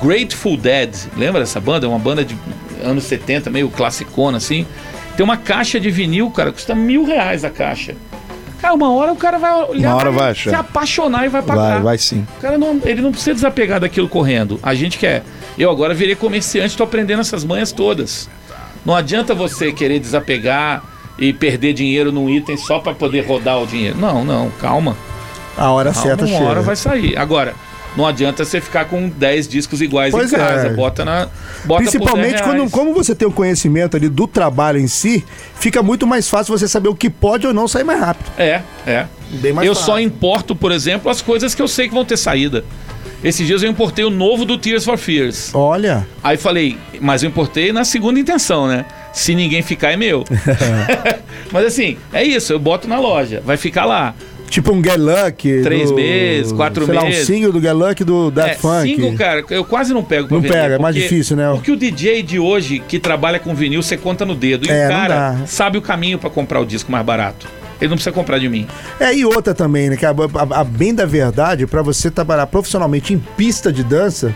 S5: Grateful Dead. Lembra dessa banda? É uma banda de anos 70, meio classicona assim. Tem uma caixa de vinil, cara, custa mil reais a caixa. Cara, uma hora o cara vai olhar,
S3: Uma hora vai
S5: se
S3: achar.
S5: apaixonar e vai pagar.
S3: Vai, vai sim.
S5: O cara não, ele não precisa desapegar daquilo correndo. A gente quer. Eu agora virei comerciante, tô aprendendo essas manhas todas. Não adianta você querer desapegar e perder dinheiro num item só para poder rodar o dinheiro. Não, não, calma.
S4: A hora
S5: Calma,
S4: certa
S5: Ah, uma
S4: chega.
S5: hora vai sair. Agora, não adianta você ficar com 10 discos iguais
S4: Pois
S5: em
S4: é.
S5: casa. Bota na. Bota por 10
S4: Principalmente
S5: reais.
S4: quando, como você tem o conhecimento ali do trabalho em si, fica muito mais fácil você saber o que pode ou não sair mais rápido.
S5: É, é.
S4: Bem mais
S5: eu
S4: fácil.
S5: só importo, por exemplo, as coisas que eu sei que vão ter saída. Esses dias eu importei o novo do Tears for Fears.
S4: Olha,
S5: Aí falei, mas eu importei na segunda intenção, né? Se ninguém ficar, é meu. mas assim, é isso, eu boto na loja, vai ficar lá.
S4: tipo um Get Lucky.
S5: Três
S4: do-
S5: meses, quatro
S4: sei Lá, um
S5: meses.
S4: single do Get Lucky do Daft
S5: É,
S4: Tá Funk.
S5: single, cara, eu quase não pego pra
S4: Não
S5: vender,
S4: pega, é mais difícil, né?
S5: Porque o DJ de hoje que trabalha com vinil, você conta no dedo. E
S4: É,
S5: o
S4: não
S5: cara
S4: dá.
S5: sabe o caminho pra comprar o disco mais barato. Ele não precisa comprar de mim.
S4: É, e outra também, né? Que a, a- a- bem da verdade, pra você trabalhar profissionalmente em pista de dança,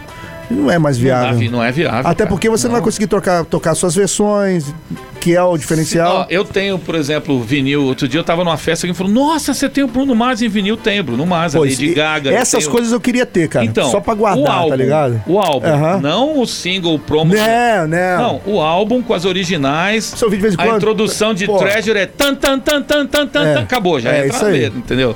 S4: Não é mais
S5: Não dá
S4: viável.
S5: vi- Não é viável.
S4: Até
S5: cara.
S4: porque você não, é vai conseguir trocar, tocar suas versões, que é o diferencial.
S5: Ó, eu tenho, por exemplo, vinil. Outro dia eu tava numa festa e alguém falou: Nossa, você tem o Bruno Mars em vinil? Tem, Bruno Mars, a
S4: Pois,
S5: Lady
S4: e-
S5: Gaga.
S4: Essas
S5: tem o-
S4: coisas eu queria ter, cara.
S5: Então,
S4: só pra guardar,
S5: o álbum,
S4: tá ligado?
S5: O álbum,
S4: Aham.
S5: não o single, o promo.
S4: Não, não.
S5: Não, o álbum com as originais.
S4: Você ouviu de vez em
S5: A
S4: quando?
S5: introdução de
S4: Pô.
S5: Treasure é tan tan tan tan tan tan,
S4: É,
S5: tan, acabou, já
S4: é
S5: entra
S4: isso
S5: na
S4: aí.
S5: letra, entendeu?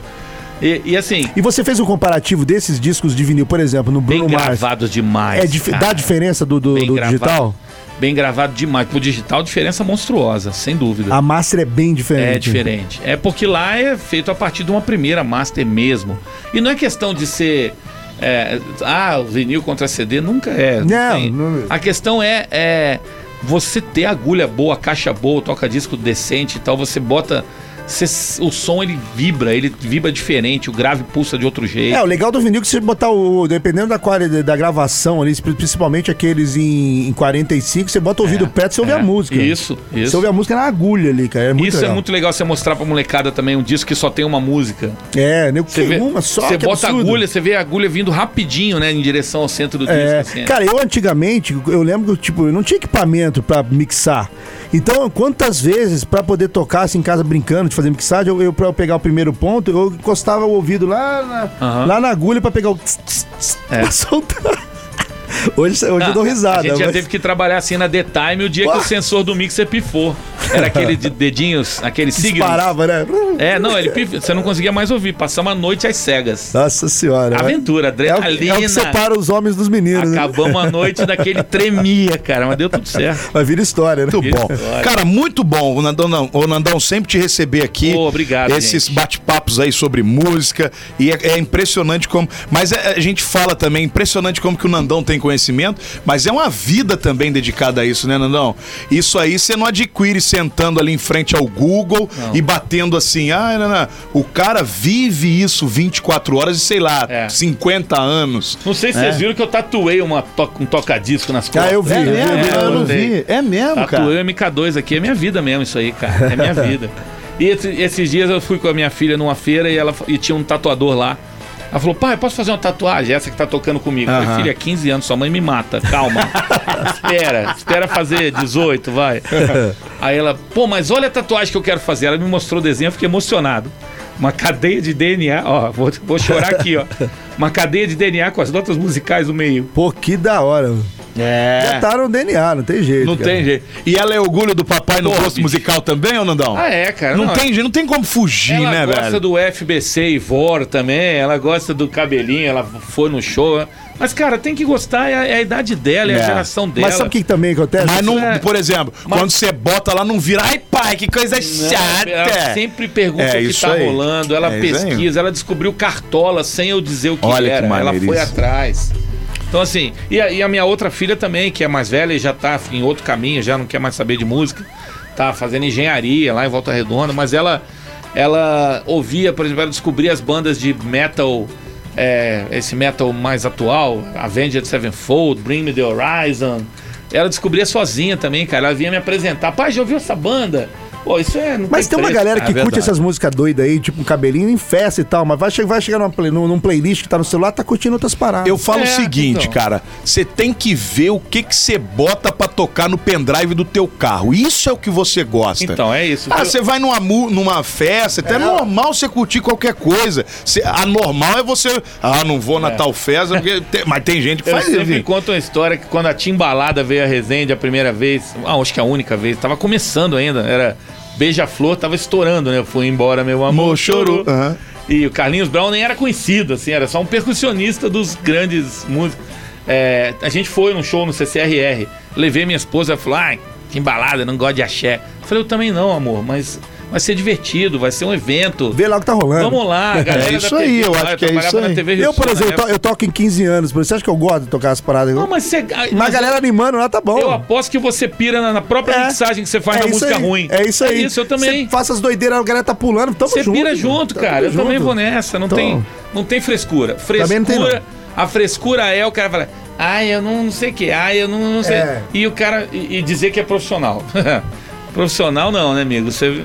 S5: E, e assim,
S4: E você fez um comparativo desses discos de vinil, por exemplo, no
S5: bem
S4: Bruno Mars.
S5: gravados demais.
S4: É dif-
S5: cara.
S4: dá a diferença do, do,
S5: Bem
S4: do
S5: gravado.
S4: digital?
S5: Bem gravado demais. Pro digital, diferença monstruosa, sem dúvida.
S4: A master é bem diferente.
S5: É diferente. É porque lá é feito a partir de uma primeira master mesmo. E não é questão de ser. é, ah, o vinil contra CD nunca é.
S4: Não,
S5: tem.
S4: não-
S5: A questão é, é você ter agulha boa, caixa boa, toca-disco decente e tal. Você bota. você- o som ele vibra, ele vibra diferente, o grave pulsa de outro jeito.
S4: É, o legal do vinil é que você botar o. Dependendo da qualidade da gravação ali, pri- principalmente aqueles em, em 45, você bota o ouvido perto e você ouve
S5: é.
S4: a música.
S5: Isso, isso.
S4: Você ouve a música na agulha ali, cara. É muito
S5: Isso
S4: legal.
S5: é muito legal você mostrar pra molecada também um disco que só tem uma música.
S4: É, né?
S5: Você
S4: Que
S5: vê,
S4: uma só.
S5: você
S4: que
S5: bota a
S4: absurdo.
S5: agulha, você vê a agulha vindo rapidinho, né, em direção ao centro do disco.
S4: É,
S5: assim.
S4: cara, eu antigamente, eu lembro que tipo, eu não tinha equipamento pra mixar. Então, quantas vezes pra poder tocar assim em casa brincando, de fazer mixagem, eu, eu para pegar o primeiro ponto, eu encostava o ouvido lá na,
S5: Aham. É.
S4: lá na agulha pra pegar o tss, tss, tss, pra soltar. Hoje, hoje eu dou risada.
S5: Ah, A gente já
S4: mas-
S5: teve que trabalhar assim na The Time o dia que
S4: Ué.
S5: o sensor do mixer pifou. Era aquele de dedinhos, aquele signo.
S4: Disparava, né?
S5: É, não, ele pif... você não conseguia mais ouvir. Passamos a noite às cegas.
S4: Nossa senhora.
S5: Aventura,
S4: é, o,
S5: adrenalina.
S4: é o que separa os homens dos meninos. né?
S5: Acabamos a noite daquele tremia, cara, mas deu tudo certo.
S4: Mas vira história, né?
S3: Muito bom. Cara, muito bom o Nandão, não, o Nandão sempre te receber aqui.
S5: Pô, obrigado,
S3: Esses
S5: gente.
S3: bate-papos aí sobre música. E é, é impressionante como. Mas é- a gente fala também, é impressionante como que o Nandão tem conhecimento, mas é uma vida também dedicada a isso, né, Nandão? Isso aí você não adquire sentando ali em frente ao Google e batendo assim. Ah, não, não. o cara vive isso 24 horas e sei lá,
S5: É.
S3: 50 anos.
S5: Não sei se vocês viram que eu tatuei uma to- um toca-disco nas costas.
S4: É. Ah, eu vi.
S5: É,
S4: eu vi,
S5: é,
S4: eu vi.
S5: eu Tá
S6: eu
S3: né?
S6: não
S5: odeio.
S6: vi. É mesmo, cara.
S5: Tatuei o MK2 aqui, é minha vida mesmo isso aí, cara. É minha vida. E esse- esses dias eu fui com a minha filha numa feira e ela fa- e tinha um tatuador lá. Ela falou, pai, posso fazer uma tatuagem? Essa que tá tocando comigo. Eu Falei, filha, 15 anos, sua mãe me mata, calma. espera, espera fazer 18, vai. Aí ela, pô, mas olha a tatuagem que eu quero fazer. Ela me mostrou o desenho, eu fiquei emocionado. Uma cadeia de DNA, ó, vou, vou chorar aqui, ó. Uma cadeia de DNA com as notas musicais no meio.
S4: Pô, que da hora. mano.
S6: É.
S4: Tentaram o DNA, não tem jeito.
S3: Não
S4: cara.
S3: tem jeito. E ela é orgulho do papai no
S5: Pô,
S3: gosto
S5: bicho.
S3: musical também, ô Nandão?
S5: Ah, é, cara.
S3: Não,
S5: é-
S3: tem, não tem como fugir,
S5: ela
S3: né,
S5: gosta
S3: velho?
S5: do FBC Ivor também, ela gosta do cabelinho, ela foi no show. Mas, cara, tem que gostar, é a, é a idade dela, é, a geração dela.
S4: Mas sabe o que também acontece?
S3: Mas não,
S5: é-
S3: por exemplo, quando você bota lá, não vira. Ai, pai, que coisa chata.
S5: Né? Ela sempre pergunta
S3: É
S5: o que
S3: isso
S5: tá
S3: aí.
S5: rolando, ela
S3: É isso aí.
S5: pesquisa, ela descobriu cartola sem eu dizer o que
S3: Olha que
S5: era. ela
S3: maneiro
S5: foi
S3: isso.
S5: atrás. Então, assim, e a, e a minha outra filha também, que é mais velha e já tá em outro caminho, já não quer mais saber de música, tá fazendo engenharia lá em Volta Redonda, mas ela ela ouvia, por exemplo, ela descobria as bandas de metal, é, esse metal mais atual, Avenged Sevenfold, Bring Me The Horizon. Ela descobria sozinha também, cara. Ela vinha me apresentar. Pai, já ouviu essa banda? Pô, isso é. não
S4: Mas tem uma
S5: preço,
S4: galera
S5: cara.
S4: que curte essas músicas doidas aí, tipo um cabelinho em festa e tal, mas vai, che- vai chegar numa play- num, num playlist que tá no celular, tá curtindo outras paradas.
S3: Eu falo
S5: É,
S3: o seguinte,
S5: então.
S3: cara. Você tem que ver o que que você bota pra tocar no pendrive do teu carro. Isso é o que você gosta.
S5: Então, é isso.
S3: Ah,
S5: Eu-
S3: você vai numa, mu- numa festa, até é normal você curtir qualquer coisa. Cê, a normal é você. Ah, não vou na tal festa, porque tem- mas tem gente que
S5: É. Eu
S3: faz
S5: sempre
S3: isso.
S5: conto uma história que quando a Timbalada veio a Resende a primeira vez, ah, acho que a única vez, tava começando ainda, era Beija-Flor, tava estourando, né? Eu fui embora, meu amor, chorou.
S3: Aham.
S5: E o Carlinhos Brown nem era conhecido, assim, era só um percussionista dos grandes músicos. É, a gente foi num show no CCRR, levei minha esposa, ela falou, ai, que embalada, não gosto de axé. Eu falei, eu também não, amor, mas vai ser divertido, vai ser um evento.
S4: Vê lá o que tá rolando.
S5: Vamos lá, galera.
S3: É isso aí, eu
S5: lá,
S3: acho que é
S5: trabalhava
S3: isso
S5: na
S3: aí.
S5: TV
S4: Eu, por
S5: Rio
S4: exemplo,
S5: Sul na
S4: eu, to-
S5: época.
S4: eu toco em 15 anos, por isso. Você acha que eu gosto de tocar as paradas?
S3: tá-
S5: Não, mas você.
S4: Mas a galera animando lá tá bom.
S5: Eu aposto que você pira na, na própria
S4: É.
S5: mixagem que você
S4: É
S5: faz na
S4: isso
S5: música
S4: aí,
S5: ruim.
S4: É isso aí.
S5: É isso, eu também.
S4: Você faça as doideiras, a galera tá pulando, tamo
S5: Você
S4: junto.
S5: pira junto,
S4: tá
S5: cara.
S4: tudo
S5: Eu também
S4: junto.
S5: vou nessa. Não,
S4: Então.
S5: tem, não tem frescura. Frescura.
S4: Também não tem,
S5: A frescura é o cara falar. Ai, eu não, não sei o que. Ai, eu não, não sei.
S4: É.
S5: E o cara. E, e dizer que é profissional. profissional não, né, amigo? Você.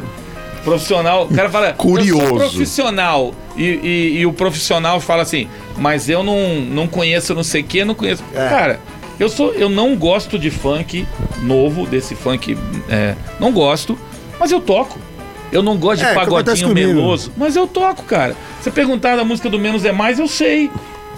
S5: Profissional, o cara fala. "Eu sou
S3: Curioso.
S5: profissional. E, e- e o profissional fala assim, mas eu não, não conheço não sei o que, não conheço.
S4: É.
S5: Cara, eu sou. Eu não gosto de funk novo, desse funk. é, não gosto, mas eu toco. Eu não gosto de
S4: É, o que acontece
S5: pagodinho
S4: comigo.
S5: meloso, mas eu toco, cara. Você perguntar da música do Menos é Mais, eu sei.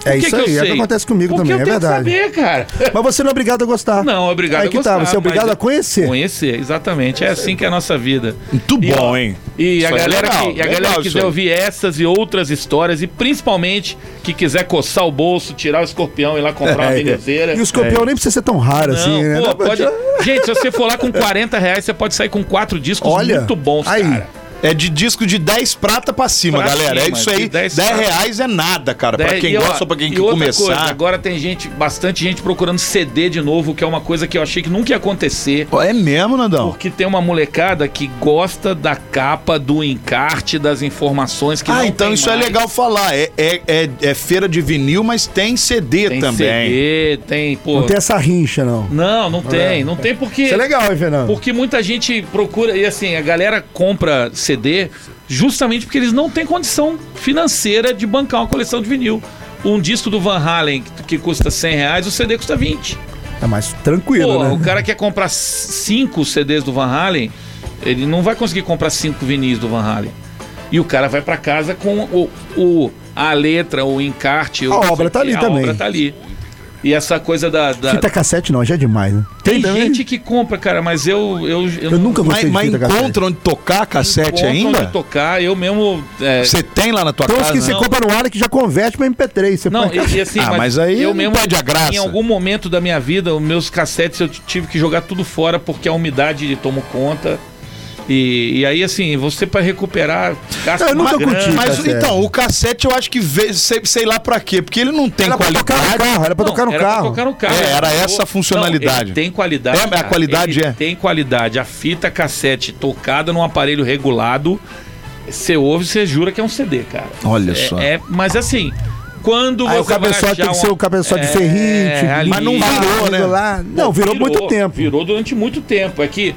S4: É
S5: Por que
S4: isso
S5: que eu
S4: aí, é o que
S5: sei?
S4: acontece comigo
S5: Porque
S4: também,
S5: eu
S4: é
S5: tenho
S4: verdade.
S5: Que saber, cara.
S4: Mas você não é obrigado a gostar.
S5: Não, é obrigado
S4: Aí
S5: a
S4: que
S5: gostar,
S4: tá, você é obrigado
S5: mas-
S4: a conhecer.
S5: Conhecer, exatamente. É assim que é a nossa vida.
S3: Muito
S5: E,
S3: bom,
S5: ó,
S3: hein?
S5: E
S3: Isso
S5: a
S3: aí é
S5: galera,
S3: legal,
S5: que, e a
S3: legal
S5: galera que
S3: isso
S5: quiser
S3: aí.
S5: ouvir essas e outras histórias, e principalmente que quiser coçar o bolso, tirar o escorpião e ir lá comprar uma
S3: É.
S5: venezeira.
S4: E o escorpião nem precisa ser tão raro
S5: É. Não,
S4: assim, né?
S5: pô,
S4: Dá pra-
S5: pode... Gente, se você for lá com 40 reais, você pode sair com quatro discos
S4: Olha,
S5: muito bons,
S4: aí.
S5: cara.
S3: É de disco de 10 prata pra cima,
S5: Pra
S3: galera. é
S5: cima,
S3: isso
S5: de
S3: aí. 10
S5: 10 prata.
S3: reais é nada, cara. Pra
S5: É,
S3: quem
S5: e, ó,
S3: gosta ou pra quem
S5: e
S3: quer
S5: outra
S3: começar.
S5: coisa, agora tem gente, bastante gente procurando CD de novo, que é uma coisa que eu achei que nunca ia acontecer.
S3: Ó, É mesmo, Nandão?
S5: Porque tem uma molecada que gosta da capa, do encarte, das informações que não
S3: ah, então
S5: tem
S3: isso é
S5: mais.
S3: legal falar. É, é- é- é feira de vinil, mas tem CD
S5: Tem
S3: também.
S5: CD, tem, pô.
S4: Não tem essa rincha, não.
S5: Não, não tem. Não tem porque.
S4: Isso é legal, hein, Fernando?
S5: Porque muita gente procura. E assim, a galera compra CD justamente porque eles não têm condição financeira de bancar uma coleção de vinil. Um disco do Van Halen que- que custa 100 reais, o CD custa 20.
S4: É mais tranquilo,
S5: Pô,
S4: né?
S5: o cara quer comprar cinco CDs do Van Halen, ele não vai conseguir comprar cinco vinis do Van Halen. E o cara vai pra casa com o, o- a letra, o encarte. o-
S4: A obra tá ali
S5: a
S4: também.
S5: obra tá ali. E essa coisa da. da-
S4: Fita cassete não, já é demais, né?
S5: Tem
S4: também?
S5: gente que compra, cara, mas eu. Eu, eu,
S4: Eu nunca
S3: Mas,
S4: gostei
S3: mas
S4: de fita cassete.
S3: encontra onde tocar cassete
S5: encontro onde
S3: ainda?
S5: tocar, eu mesmo. é,
S3: Você tem lá na tua
S4: Então os
S3: casa?
S4: que você
S3: né?
S4: compra no ar que já converte pra MP3. Você
S5: Não,
S4: põe-
S5: e, e assim,
S3: Ah, mas aí não perde a graça.
S5: Em algum momento da minha vida, os meus cassetes eu tive que jogar tudo fora porque a umidade tomou conta. E, e aí, assim, você pra recuperar, gasta
S4: Eu
S5: uma
S4: nunca
S5: grana.
S4: curti,
S5: Mas-
S3: Mas
S4: Tá certo.
S3: então, o cassete eu acho que veio, sei, sei lá pra quê, porque ele não tem
S4: Era pra tocar no
S3: qualidade.
S4: carro, era pra
S5: Não,
S4: tocar no
S5: era
S4: carro.
S5: Pra tocar no carro.
S3: É, era
S5: Não,
S3: essa a funcionalidade.
S5: ele tem qualidade.
S3: É, a
S5: cara.
S3: qualidade
S5: Ele
S3: é.
S5: Tem qualidade. A fita cassete tocada num aparelho regulado, você ouve, você jura que é um CD, cara.
S3: Olha
S5: É-
S3: só. Ah, é
S5: É, mas assim, quando
S4: Aí o
S5: você vai
S4: cabeçote
S5: achar
S4: tem que ser
S5: uma-
S4: o cabeçote
S5: É,
S4: de ferrite.
S5: ali-
S3: Mas não vai- virou, né?
S4: Lá. Não, virou, muito tempo.
S5: Virou durante muito tempo. É que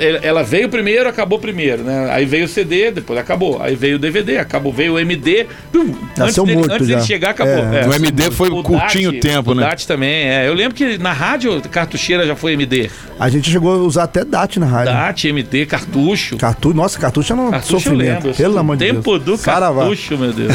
S5: el- ela veio primeiro, acabou primeiro, né? Aí veio o CD, depois acabou. Aí veio o DVD, acabou, veio o MD. Pum,
S4: Nasceu
S5: dele,
S4: muito
S5: antes
S4: já.
S5: dele chegar, acabou.
S4: É,
S3: O MD foi o curtinho
S5: DAT,
S3: tempo,
S5: o
S3: né?
S5: DAT também, é. Eu lembro que na rádio cartucheira já foi MD.
S4: A gente chegou a usar até DAT na rádio.
S5: DAT, MD, cartucho.
S4: Cartucho, nossa, cartucho é um
S5: Cartucho eu
S4: sofrimento.
S5: lembro. eu
S4: pelo
S5: sou
S4: amor de Deus.
S5: Tempo do
S4: Saravá.
S5: cartucho, meu Deus.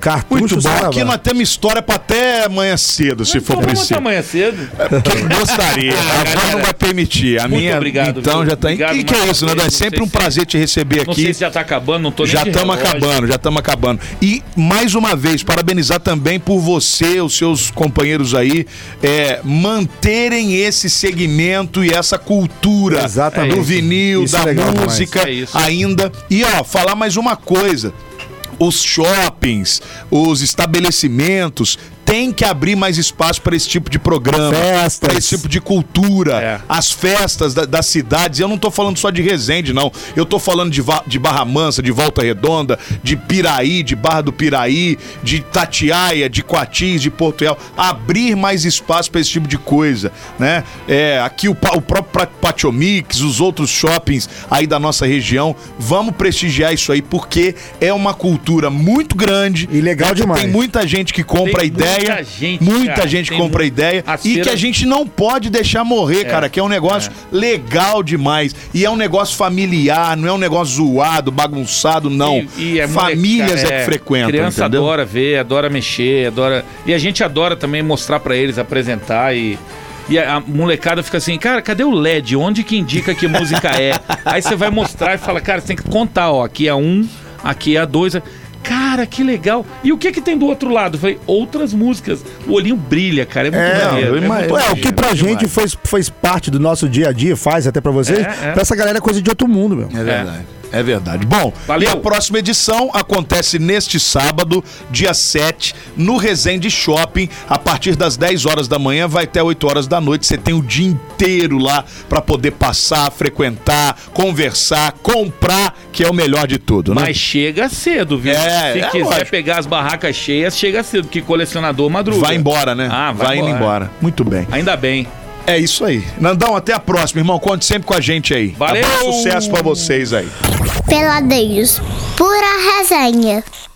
S4: Cartucho,
S3: Muito bom.
S4: saravá.
S3: Aqui nós temos história pra até amanhã cedo, se for
S5: Então, vamos até
S3: preciso. É
S5: amanhã cedo.
S3: Quem gostaria? A voz não vai permitir. A
S5: Ah, Muito
S3: minha.
S5: obrigado,
S3: então
S5: viu?
S3: já tá em.
S5: Obrigado
S3: Que, que é
S5: mais
S3: isso,
S5: uma
S3: Nandão? É
S5: vez, não
S3: sempre
S5: sei
S3: um
S5: se-
S3: prazer te receber
S5: Não sei
S3: aqui.
S5: se já tá acabando, não tô nem
S3: Já
S5: de
S3: estamos
S5: relógio.
S3: acabando, já estamos acabando. E mais uma vez, parabenizar também por você, os seus companheiros aí, é, manterem esse segmento e essa cultura
S4: Exatamente.
S3: do vinil,
S4: Isso
S3: da
S4: é legal demais.
S3: música
S5: É isso.
S3: ainda. E ó, falar mais uma coisa. Os shoppings, os estabelecimentos têm que abrir mais espaço para esse tipo de programa,
S4: Festas.
S3: para esse tipo de cultura,
S5: É.
S3: as festas da- das cidades. Eu não tô falando só de Resende, não. Eu tô falando de, Va- de Barra Mansa, de Volta Redonda, de Piraí, de Barra do Piraí, de Tatiaia, de Coatis, de Porto Real. Abrir mais espaço pra esse tipo de coisa, né? É, aqui o, pa- o próprio Pra- Patiomix, os outros shoppings aí da nossa região. Vamos prestigiar isso aí, porque é uma cultura muito grande.
S4: E legal
S3: né?
S4: demais.
S3: Tem muita gente que compra
S5: Tem
S3: ideia.
S5: muita gente,
S3: muita
S5: cara.
S3: gente
S5: Tem
S3: compra
S5: mu-
S3: ideia.
S5: As
S3: E que a
S5: feiras-
S3: gente gente não pode deixar morrer, cara, que é um negócio legal demais. E é um negócio familiar, não é um negócio zoado, bagunçado, não.
S5: E- e é moleque,
S3: Famílias
S5: cara,
S3: é que frequentam,
S5: Criança
S3: entendeu?
S5: adora ver, adora mexer, adora. E a gente adora também mostrar pra eles, apresentar e. E a a molecada fica assim, cara, cadê o LED? Onde que indica que música é? Aí você vai mostrar e fala, cara, você tem que contar, ó, aqui é um, aqui é dois. Cara, que legal. E o que que tem do outro lado? Eu falei, outras músicas. O olhinho brilha, cara, é muito
S4: É,
S3: eu
S5: maneiro. é muito
S3: imagino.
S4: Ué,
S5: maneiro.
S4: o que pra gente fez, fez parte do nosso dia a dia, faz até pra vocês,
S5: É, é.
S4: pra essa galera é coisa de outro mundo, meu.
S3: É verdade. É verdade. Bom,
S5: né? Valeu.
S3: e a próxima edição acontece neste sábado, dia 7, no Resende Shopping, a partir das 10 horas da manhã, vai até 8 horas da noite. Você tem o dia inteiro lá pra poder passar, frequentar, conversar, comprar, que é o melhor de tudo, né?
S5: Mas chega cedo, viu?
S3: É,
S5: Se
S3: é
S5: quiser
S3: lógico.
S5: pegar as barracas cheias, chega cedo, porque colecionador madruga.
S3: Vai embora, né?
S5: Ah, vai
S3: indo
S5: embora.
S3: embora. Muito bem.
S5: Ainda bem.
S3: É isso aí. Nandão, até a próxima, irmão. Conte sempre com a gente aí.
S5: Valeu!
S3: Sucesso pra vocês aí.
S7: Peladeiros. Pura resenha.